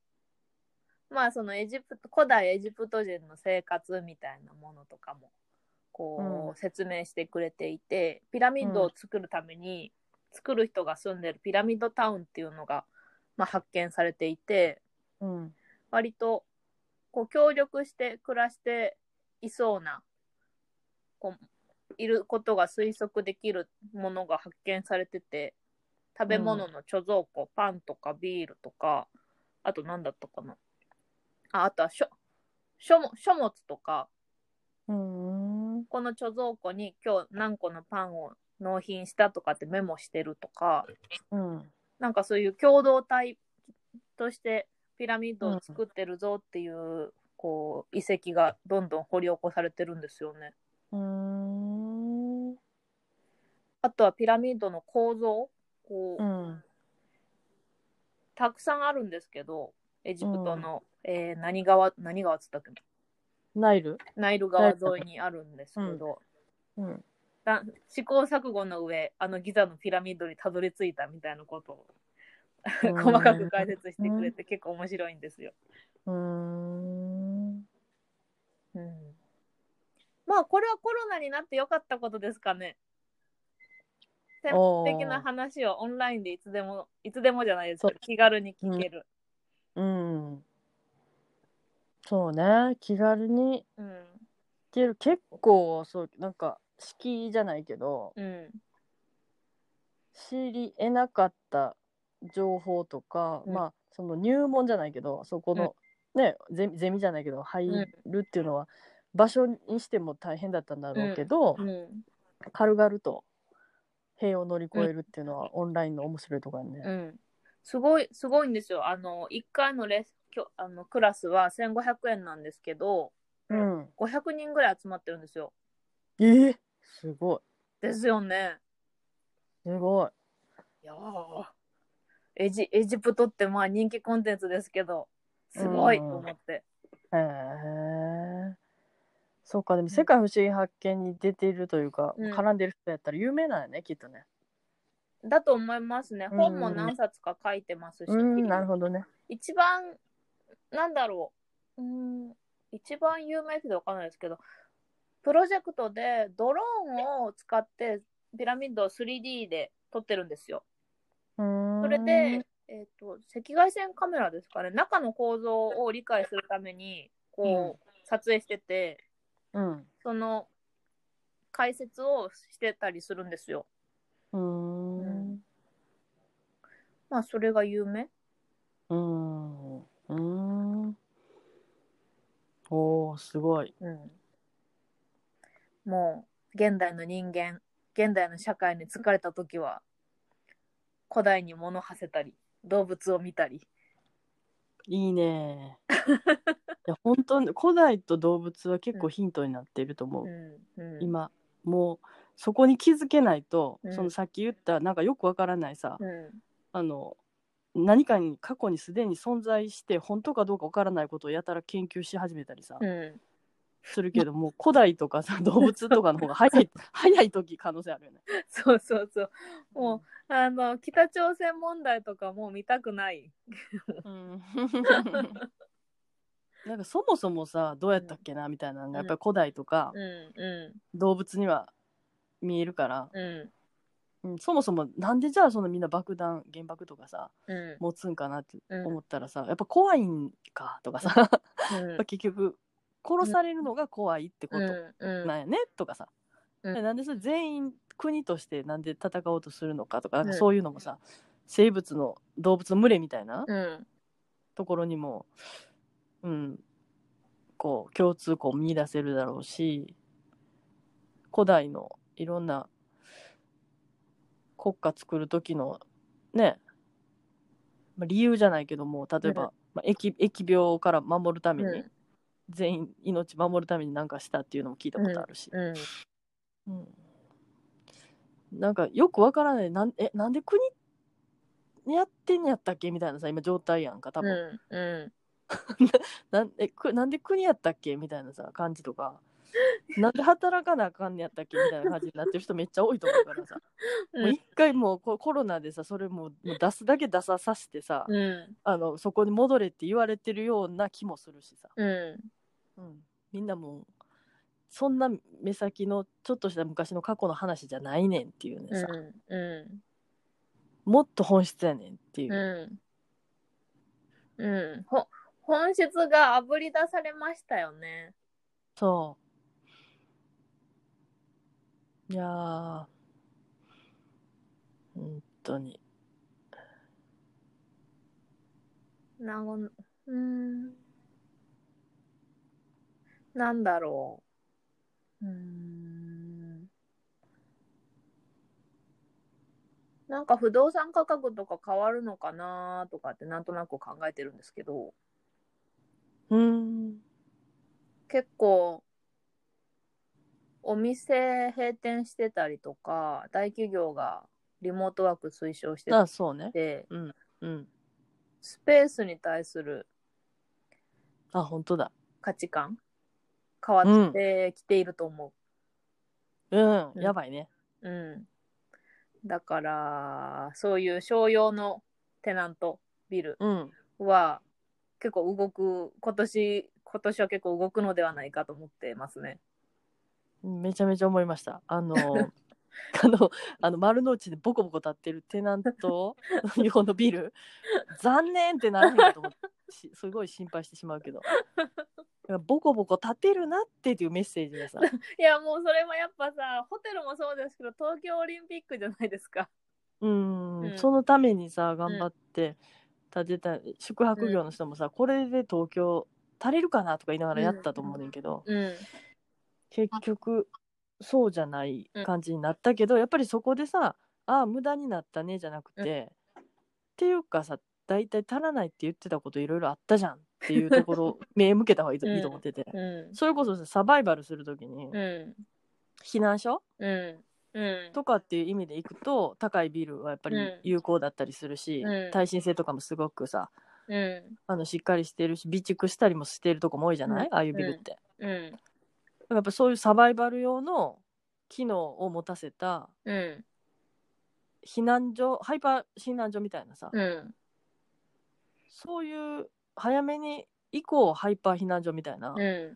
まあそのエジプト古代エジプト人の生活みたいなものとかもこ
うん
う説明してくれていて、ピラミッドを作るために、作る人が住んでるピラミッドタウンっていうのが、まあ、発見されていて
うん。
割とこう協力して暮らしていそうなこういることが推測できるものが発見されてて食べ物の貯蔵庫、パンとかビールとかあと何だったかなああとは書書も書物とか
うん。
この貯蔵庫に今日何個のパンを納品したとかってメモしてるとか
うん。
なんかそういう共同体としてピラミッドを作ってるぞっていう、こう遺跡がどんどん掘り起こされてるんですよね。
うん。
あとはピラミッドの構造こ
う
う、
ん。
たくさんあるんですけどエジプトの、えー何川何川っつったっけ
ナイル
ナイル川沿いにあるんですけど、
うん。
だ試行錯誤の上あのギザのピラミッドにたどり着いたみたいなことを
うん
細かく解説してくれて結構面白いんですよ。
うん。
うんまあこれはコロナになってよかったことですかね。専門的な話をオンラインでいつでもいつでもじゃないですけど気軽に聞ける。
うん。そうね。気軽に
うん
ける結構そうなんか敷居じゃないけど
うん
知り得なかった情報とか、
うん
まあその入門じゃないけどそこの、ねゼミゼミじゃないけど入るっていうのは、場所にしても大変だったんだろうけど、
うん
軽々と塀を乗り越えるっていうのは、オンラインの面白いところや
う
ね。
ん、すごいすごいんですよ。あの1回のレッスンきょあのクラスは1500円なんですけど
うん
500人ぐらい集まってるんですよ。
えーすごい
ですよね。
すごい。
いやーエジエジプトってまあ人気コンテンツですけどすごい
うん
と思って。
へえ。そうか、でも世界不思議発見に出ているというか、
うん
絡んでる人やったら有名なんやね、きっとね。
だと思いますね。
うん
本も何冊か書いてますし、
うん、なるほどね。
一番、なんだろう、うん、一番有名ってわかんないですけど、プロジェクトでドローンを使ってピラミッドを 3D で撮ってるんですよ。
そ
それで、、えっと赤外線カメラですかね、中の構造を理解するために、こう、撮影してて、
うん。
その解説をしてたりするんですよ。
うーん。
まあ、それが有名。
うん。うーん。おー、すごい。
うん、もう現代の人間現代の社会に疲れた時は古代に物はせたり動物を見たり
いい ね。いや、本当に古代と動物は結構ヒントになっていると思う。
うんうん
今、もう、そこに気づけないと、
うん
そのさっき言った、なんかよくわからないさ、
うん
あの何かに過去にすでに存在して本当かどうかわからないことをやたら研究し始めたりさ、
うん
するけどもう古代とかさ動物とかの方が 早い早い時可能性あるよね。
そうそうそうもうあの北朝鮮問題とかもう見たくない
うん、なんかそもそもさどうやったっけなみたいなのがやっぱり古代とか
うんう
動物には見えるから、
んう
うんそもそもなんでじゃあそのみんな爆弾原爆とかさ
んうん
持つんかなって
うん
思ったらさやっぱ怖いんかとかさ
うん
結局殺されるのが怖いってこ
う
と
んうん
なんやねとかさ、
うん
でなんでそれ全員国としてなんで戦おうとするのかとかなんか
うん
そういうのもさ、生物の動物の群れみたいな
うん
ところにも、うん、こう共通項を見出せるだろうし古代のいろんな国家作る時のね、まあ、理由じゃないけども例えば、
う
まあ、疫疫病から守るために、
うん
全員命守るために何かしたっていうのも聞いたことあるし、
うん
うんなんかよくわからないなんえなんで国やってんやったっけみたいなさ今状態やんか多分、
うんうん
なんえくなんで国やったっけみたいなさ感じとか なんで働かなあかんねやったっけみたいな感じになってる人めっちゃ多いと思うからさ、 もう一回もうこコロナでさそれもうもう出すだけ出ささしてさ、
うん
あのそこに戻れって言われてるような気もするしさ、
うん
うん、みんなもうそんな目先のちょっとした昔の過去の話じゃないねんっていうねさ、
うんうん
もっと本質やねんっていう。
うん。うん。ほ本質が炙り出されましたよね。
そう。いやー、本当に。
なんうーん。なんだろう。うーん。なんか不動産価格とか変わるのかなとかってなんとなく考えてるんですけど、
うん。
結構、お店閉店してたりとか、大企業がリモートワーク推奨してたりとか
あそうね。
で
うん。
スペースに対する
あ、本当だ。
価値観変わってきていると思
うん。
うん
やばいね。
う。うん。だから、そういう商用のテナントビル
うん。
は結構動く、今年、今年は結構動くのではないかと思ってますね。
めちゃめちゃ思いました。あ のーあの、あの丸の内でボコボコ立ってるテナント 用のビル、残念ってならへんかと思って し、すごい心配してしまうけ ど。だからボコボコ立てるなってっていうメッセージがさ、
いや、もうそれもやっぱさ、ホテルもそうですけど、東京オリンピックじゃないですか。
うん、
うん
そのためにさ頑張って建てた、宿泊業の人もさ、これで東京足りるかなとか言いながらやったと思うねんけど、
うん。
結局そうじゃない感じになったけど、やっぱりそこでさ「ああ無駄になったね」じゃなくて、っていうかさ大体足らないって言ってたこといろいろあったじゃんっていうとこ ろ目向けた方がいいと,、
うん
いいと思ってて、
う
それこそさサバイバルする時に、
ん。うん。
避難所
うん。うん。
とかっていう意味でいくと高いビルはやっぱり
うん
有効だったりするし、
うん
耐震性とかもすごくさ
うん。
あのしっかりしてるし備蓄したりもしてるとこも多いじゃない、
うん
ああいうビルって、
う
やっぱそういうサバイバル用の機能を持たせた
ん。うん。
避難所ハイパー避難所みたいなさ、
うん。
そういう早めに以降ハイパー避難所みたいな、
うん。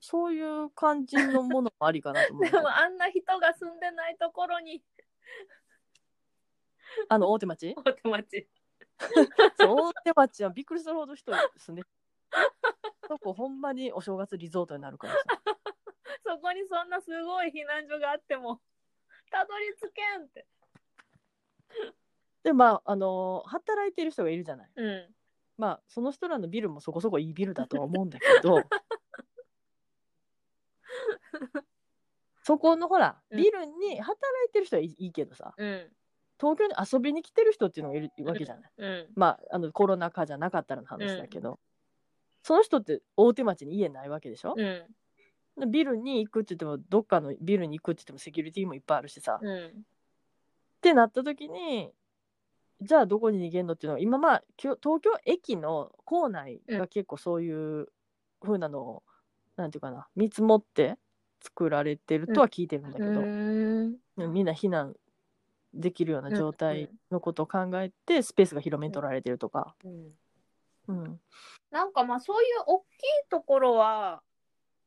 そういう感じのものもありかなと思う
で もあんな人が住んでないところに
あの大手町
大手町
そう大手町はびっくりするほど人住んでるそこほんまにお正月リゾートになるからさ
そこにそんなすごい避難所があってもたどり着けんって
でまああの働いてる人がいるじゃない
うん
まあその人らのビルもそこそこいいビルだとは思うんだけ どそこのほら
うん
ビルに働いてる人はいいいいけどさ
うん
東京に遊びに来てる人っていうのがいるわけじゃない、
うん
まああのコロナ禍じゃなかったらの話だけど、その人って大手町に家ないわけでしょ、
うん
ビルに行くって言ってもどっかのビルに行くって言ってもセキュリティもいっぱいあるしさ、っ
うん
てなった時にじゃあどこに逃げんのっていうのは今まあきょ東京駅の構内が結構そういう風なのを、なんていうかな見積もって作られてるとは聞いてるんだけど、
うん
みんな避難できるような状態のことを考えてスペースが広めに取られてるとか、
うん
うん、
なんかまあそういう大きいところは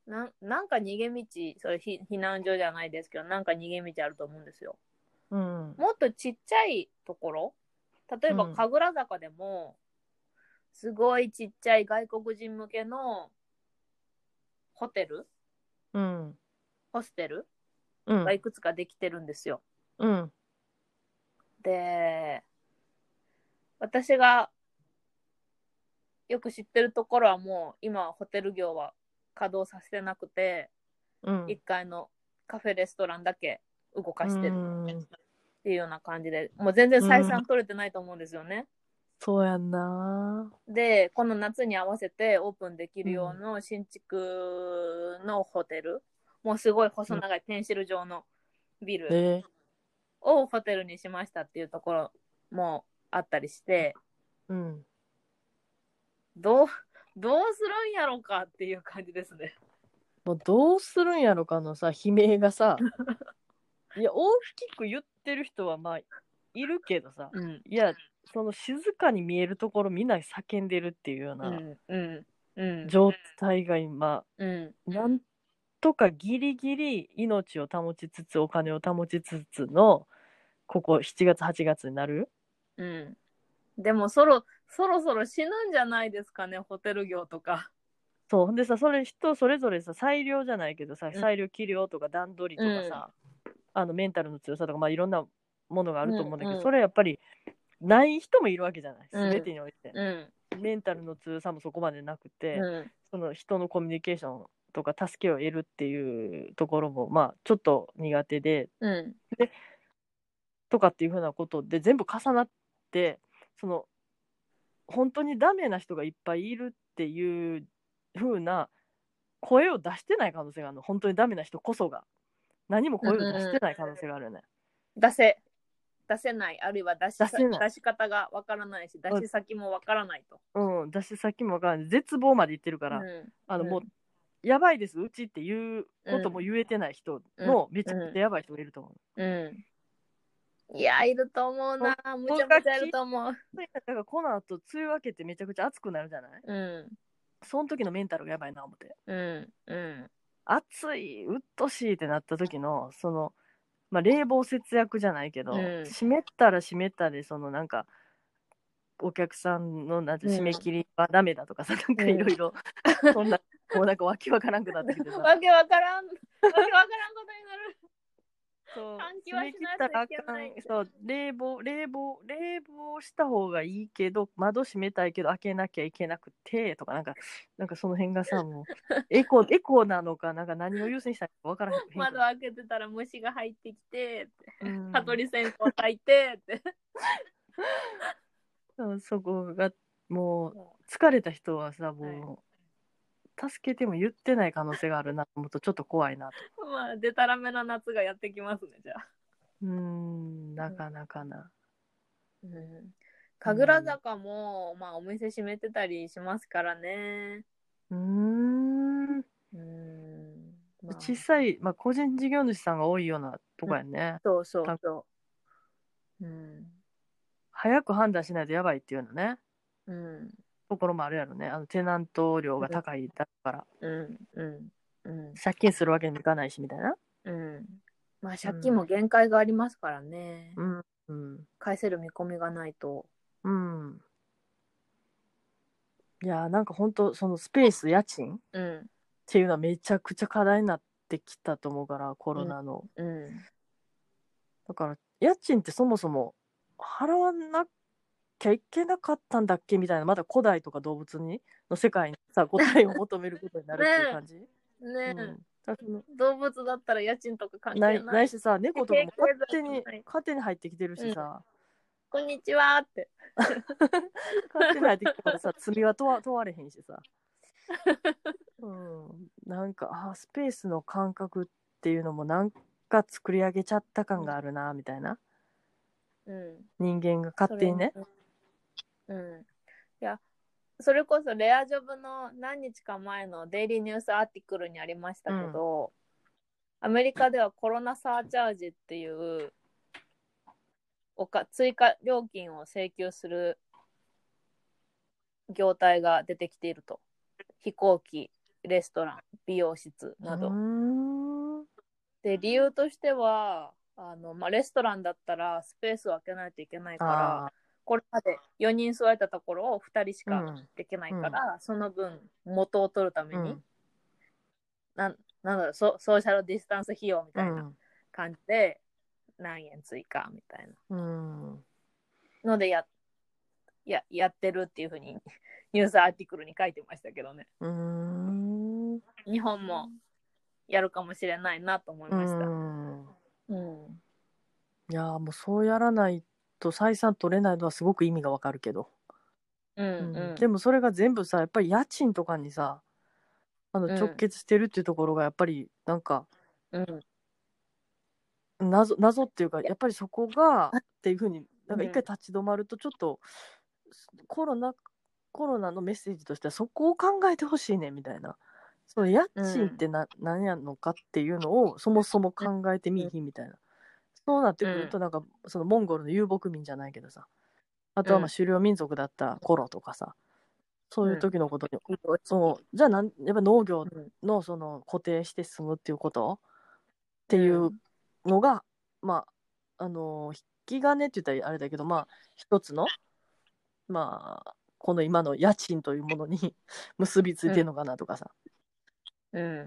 なんなんか逃げ道それ避避難所じゃないですけどなんか逃げ道あると思うんですよ
うん、
もっとちっちゃいところ例えば
うん
神楽坂でも、すごいちっちゃい外国人向けのホテル
うん、
ホステル
う
が
ん、
いくつかできてるんですよ。
うん、
で私がよく知ってるところはもう今はホテル業は稼働させてなくて、
うん、
1階のカフェレストランだけ動かしてる
うん
っていうような感じでもう全然採算取れてないと思うんですよね。
そうやんな。
でこの夏に合わせてオープンできるような新築のホテル、もうすごい細長いペンシル状のビル。
ね
をホテルにしましたっていうところもあったりして
うん、
どうどうするんやろうかっていう感じですね。
もうどうするんやろかのさ悲鳴が さいや大きく言ってる人はまあいるけどさ
うん
いやその静かに見えるところみんな叫んでるっていうよう
う
なん
うんうん
状態が今、
うん
なんとかギリギリ命を保ちつつお金を保ちつつのここ7月8月になる
うんでもそろそろそろ死ぬんじゃないですかねホテル業とか。
そうほんでさそれ人それぞれさ裁量じゃないけどさ
ん
裁量器量とか段取りとかさ、あのメンタルの強さとか、まあ、いろんなものがあると思うんだけど、
うんうん
それやっぱりない人もいるわけじゃない
うん
全てにおいて、
うん
メンタルの強さもそこまでなくて、
うん
その人のコミュニケーションとか助けを得るっていうところもまあちょっと苦手で
うん
とかっていうふうなことで全部重なってその本当にダメな人がいっぱいいるっていう風な声を出してない可能性があるの本当にダメな人こそが何も声を出してない可能性があるよね、
出せ出せないあるいは出し
出せない
出し方がわからないし出し先もわからないと。
うんだしさっきも分からない絶望まで言ってるから、
うん
あの
うん
もう、やばいですうちっていうことも言えてない人のめちゃくちゃやばい人がいると思う、
うん、いやいると思うなむちゃくちゃいると思う。
だからこの後梅雨明けってめちゃくちゃ暑くなるじゃない
うん
その時のメンタルがやばいな思って
うんうん
暑い鬱陶しいってなった時のその、まあ、冷房節約じゃないけど、
うん
湿ったら湿ったでそのなんかお客さんのなんて
うん
締め切りはダメだとかさ、なんかいろい ろそんなもうなんかわけわからんくなってきてさ
わけわからん、わけわからんこと
そう
換気
締
は
め
し
切
ない
っ
と
たらあ
いけ
か
なんい
そう冷房冷房冷房した方がいいけど窓閉めたいけど開けなきゃいけなくてとかなんかなんかその辺がさもうエ コエコなのかなんか何を優先したいかわからへん
になる。窓開けてたら虫が入ってきて、
うん
蚊取り線香焚いてって。
うんそこがもう疲れた人はさもう、助けても言ってない可能性があるなと思うとちょっと怖いなと
まあ、でたらめな夏がやってきますね、じゃあ。
うーんなかなかな、
うん、神楽坂も、まあお店閉めてたりしますからね。
うーん
うん。まあ
小さい、まあ、個人事業主さんが多いようなとこやね、
そうそうそう。うん。
早く判断しないとやばいっていうのね
うん。
ところもあるやろねあのテナント料が高いだから、
うん。うん。うん。
借金するわけにもいかないしみたいな
うん。まあ借金も限界がありますからね。
うんうん
返せる見込みがないと。
うんいやーなんか本当そのスペース家賃っ
うん。
ていうのはめちゃくちゃ課題になってきたと思うからコロナの、
うん。
だから家賃ってそもそも払わなきゃいけなかったんだっけみたいなまだ古代とか動物にの世界に さ答えを求めることになるっていう感じ、
ね
うん
え、
だからその
動物だったら家賃とか関係な。
ないいないしさ猫とかも勝手に
経済圏内
勝手に入ってきてるしさ、
こんにちはって。
勝手に入ってきた からさ罪は問わ問われへんしさ、うん、なんかあースペースの感覚っていうのもなんか作り上げちゃった感があるなみたいな
うん。
人間が勝手にね
それ。うん。いや、それこそレアジョブの何日か前のデイリーニュースアーティクルにありましたけど、アメリカではコロナサーチャージっていうおか追加料金を請求する業態が出てきていると。飛行機、レストラン、美容室など。
うーん
で、理由としては、あのまあ、レストランだったらスペースを空けないといけないから、
あ
これまで4人座れたところを2人し
ー
かできないから、その分元を取るため
う
に、
ん
なんなんだろうソソーシャルディスタンス費用み
う
たいなん感じで、何円追加みたい
うん
なのでやややってるっていうふうに ニュースアーティクルに書いてましたけどね
うーんう
日本もやるかもしれないなと思いました。
ん
うん
いやーもうそうやらないと採算取れないのはすごく意味がわかるけど、
うんうん
でもそれが全部さやっぱり家賃とかにさあの
うん
直結してるっていうところがやっぱりなんか
うん
謎謎っていうかやっぱりそこがっていうふうになんか
うん
一回立ち止まるとちょっとコロナコロナのメッセージとしてはそこを考えてほしいねみたいなその家賃ってな、何やのかっていうのをそもそも考えてみいひんみたいな、そうなってくるとなんかそのモンゴルの遊牧民じゃないけどさあとはま
うん
あ狩猟民族だった頃とかさそういう時のことに、
う
そうじゃあなんやっぱ農業
ん
のその固定して住むっていうことっていうのが、まああのー引き金って言ったらあれだけどまあ一つのまあこの今の家賃というものに 結びついてるのかなとかさ、
うん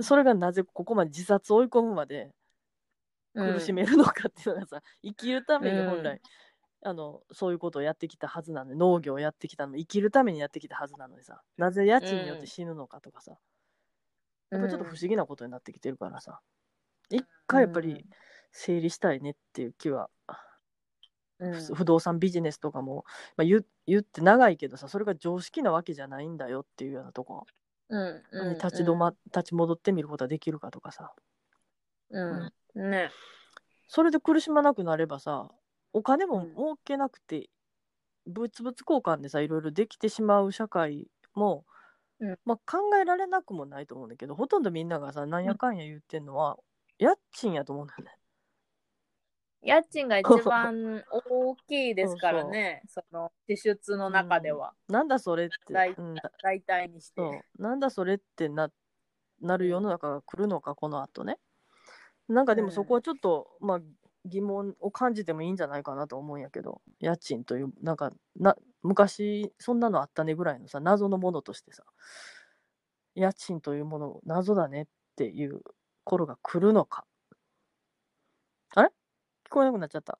それがなぜここまで自殺を追い込むまで
うん
苦しめるのかっていうのがさ、生きるために本
う
来、あのそういうことをやってきたはずなのに農業をやってきたのに生きるためにやってきたはずなのにさなぜ家賃によって死ぬのかとかさ、やっぱりちょっと不思議なことになってきてるからさ、一回やっぱり整理したいねっていう気は、
うん
ふ不動産ビジネスとかも、まあ、言言って長いけどさそれが常識なわけじゃないんだよっていうようなとこ、
うんうん、
立ち止ま立ち戻ってみることはできるかとかさ
うん、ね
それで苦しまなくなればさお金
う
も
ん
儲けなくて、物々交換でさいろいろできてしまう社会も、
うん
まあ、考えられなくもないと思うんだけどほとんどみんながさなんやかんや言ってんのは、家賃やと思うんだよね。
家賃が一 番大きいですからね、その支出の中では、
なんだそれって、
大
うん、
大体にして。
そうなんだそれってななる世の中が来るのかこの後ねなんかでもそこはちょっと、まあ疑問を感じてもいいんじゃないかなと思うんやけど家賃というなんかな昔そんなのあったねぐらいのさ謎のものとしてさ家賃というもの謎だねっていう頃が来るのかあれ聞こえなくなっちゃった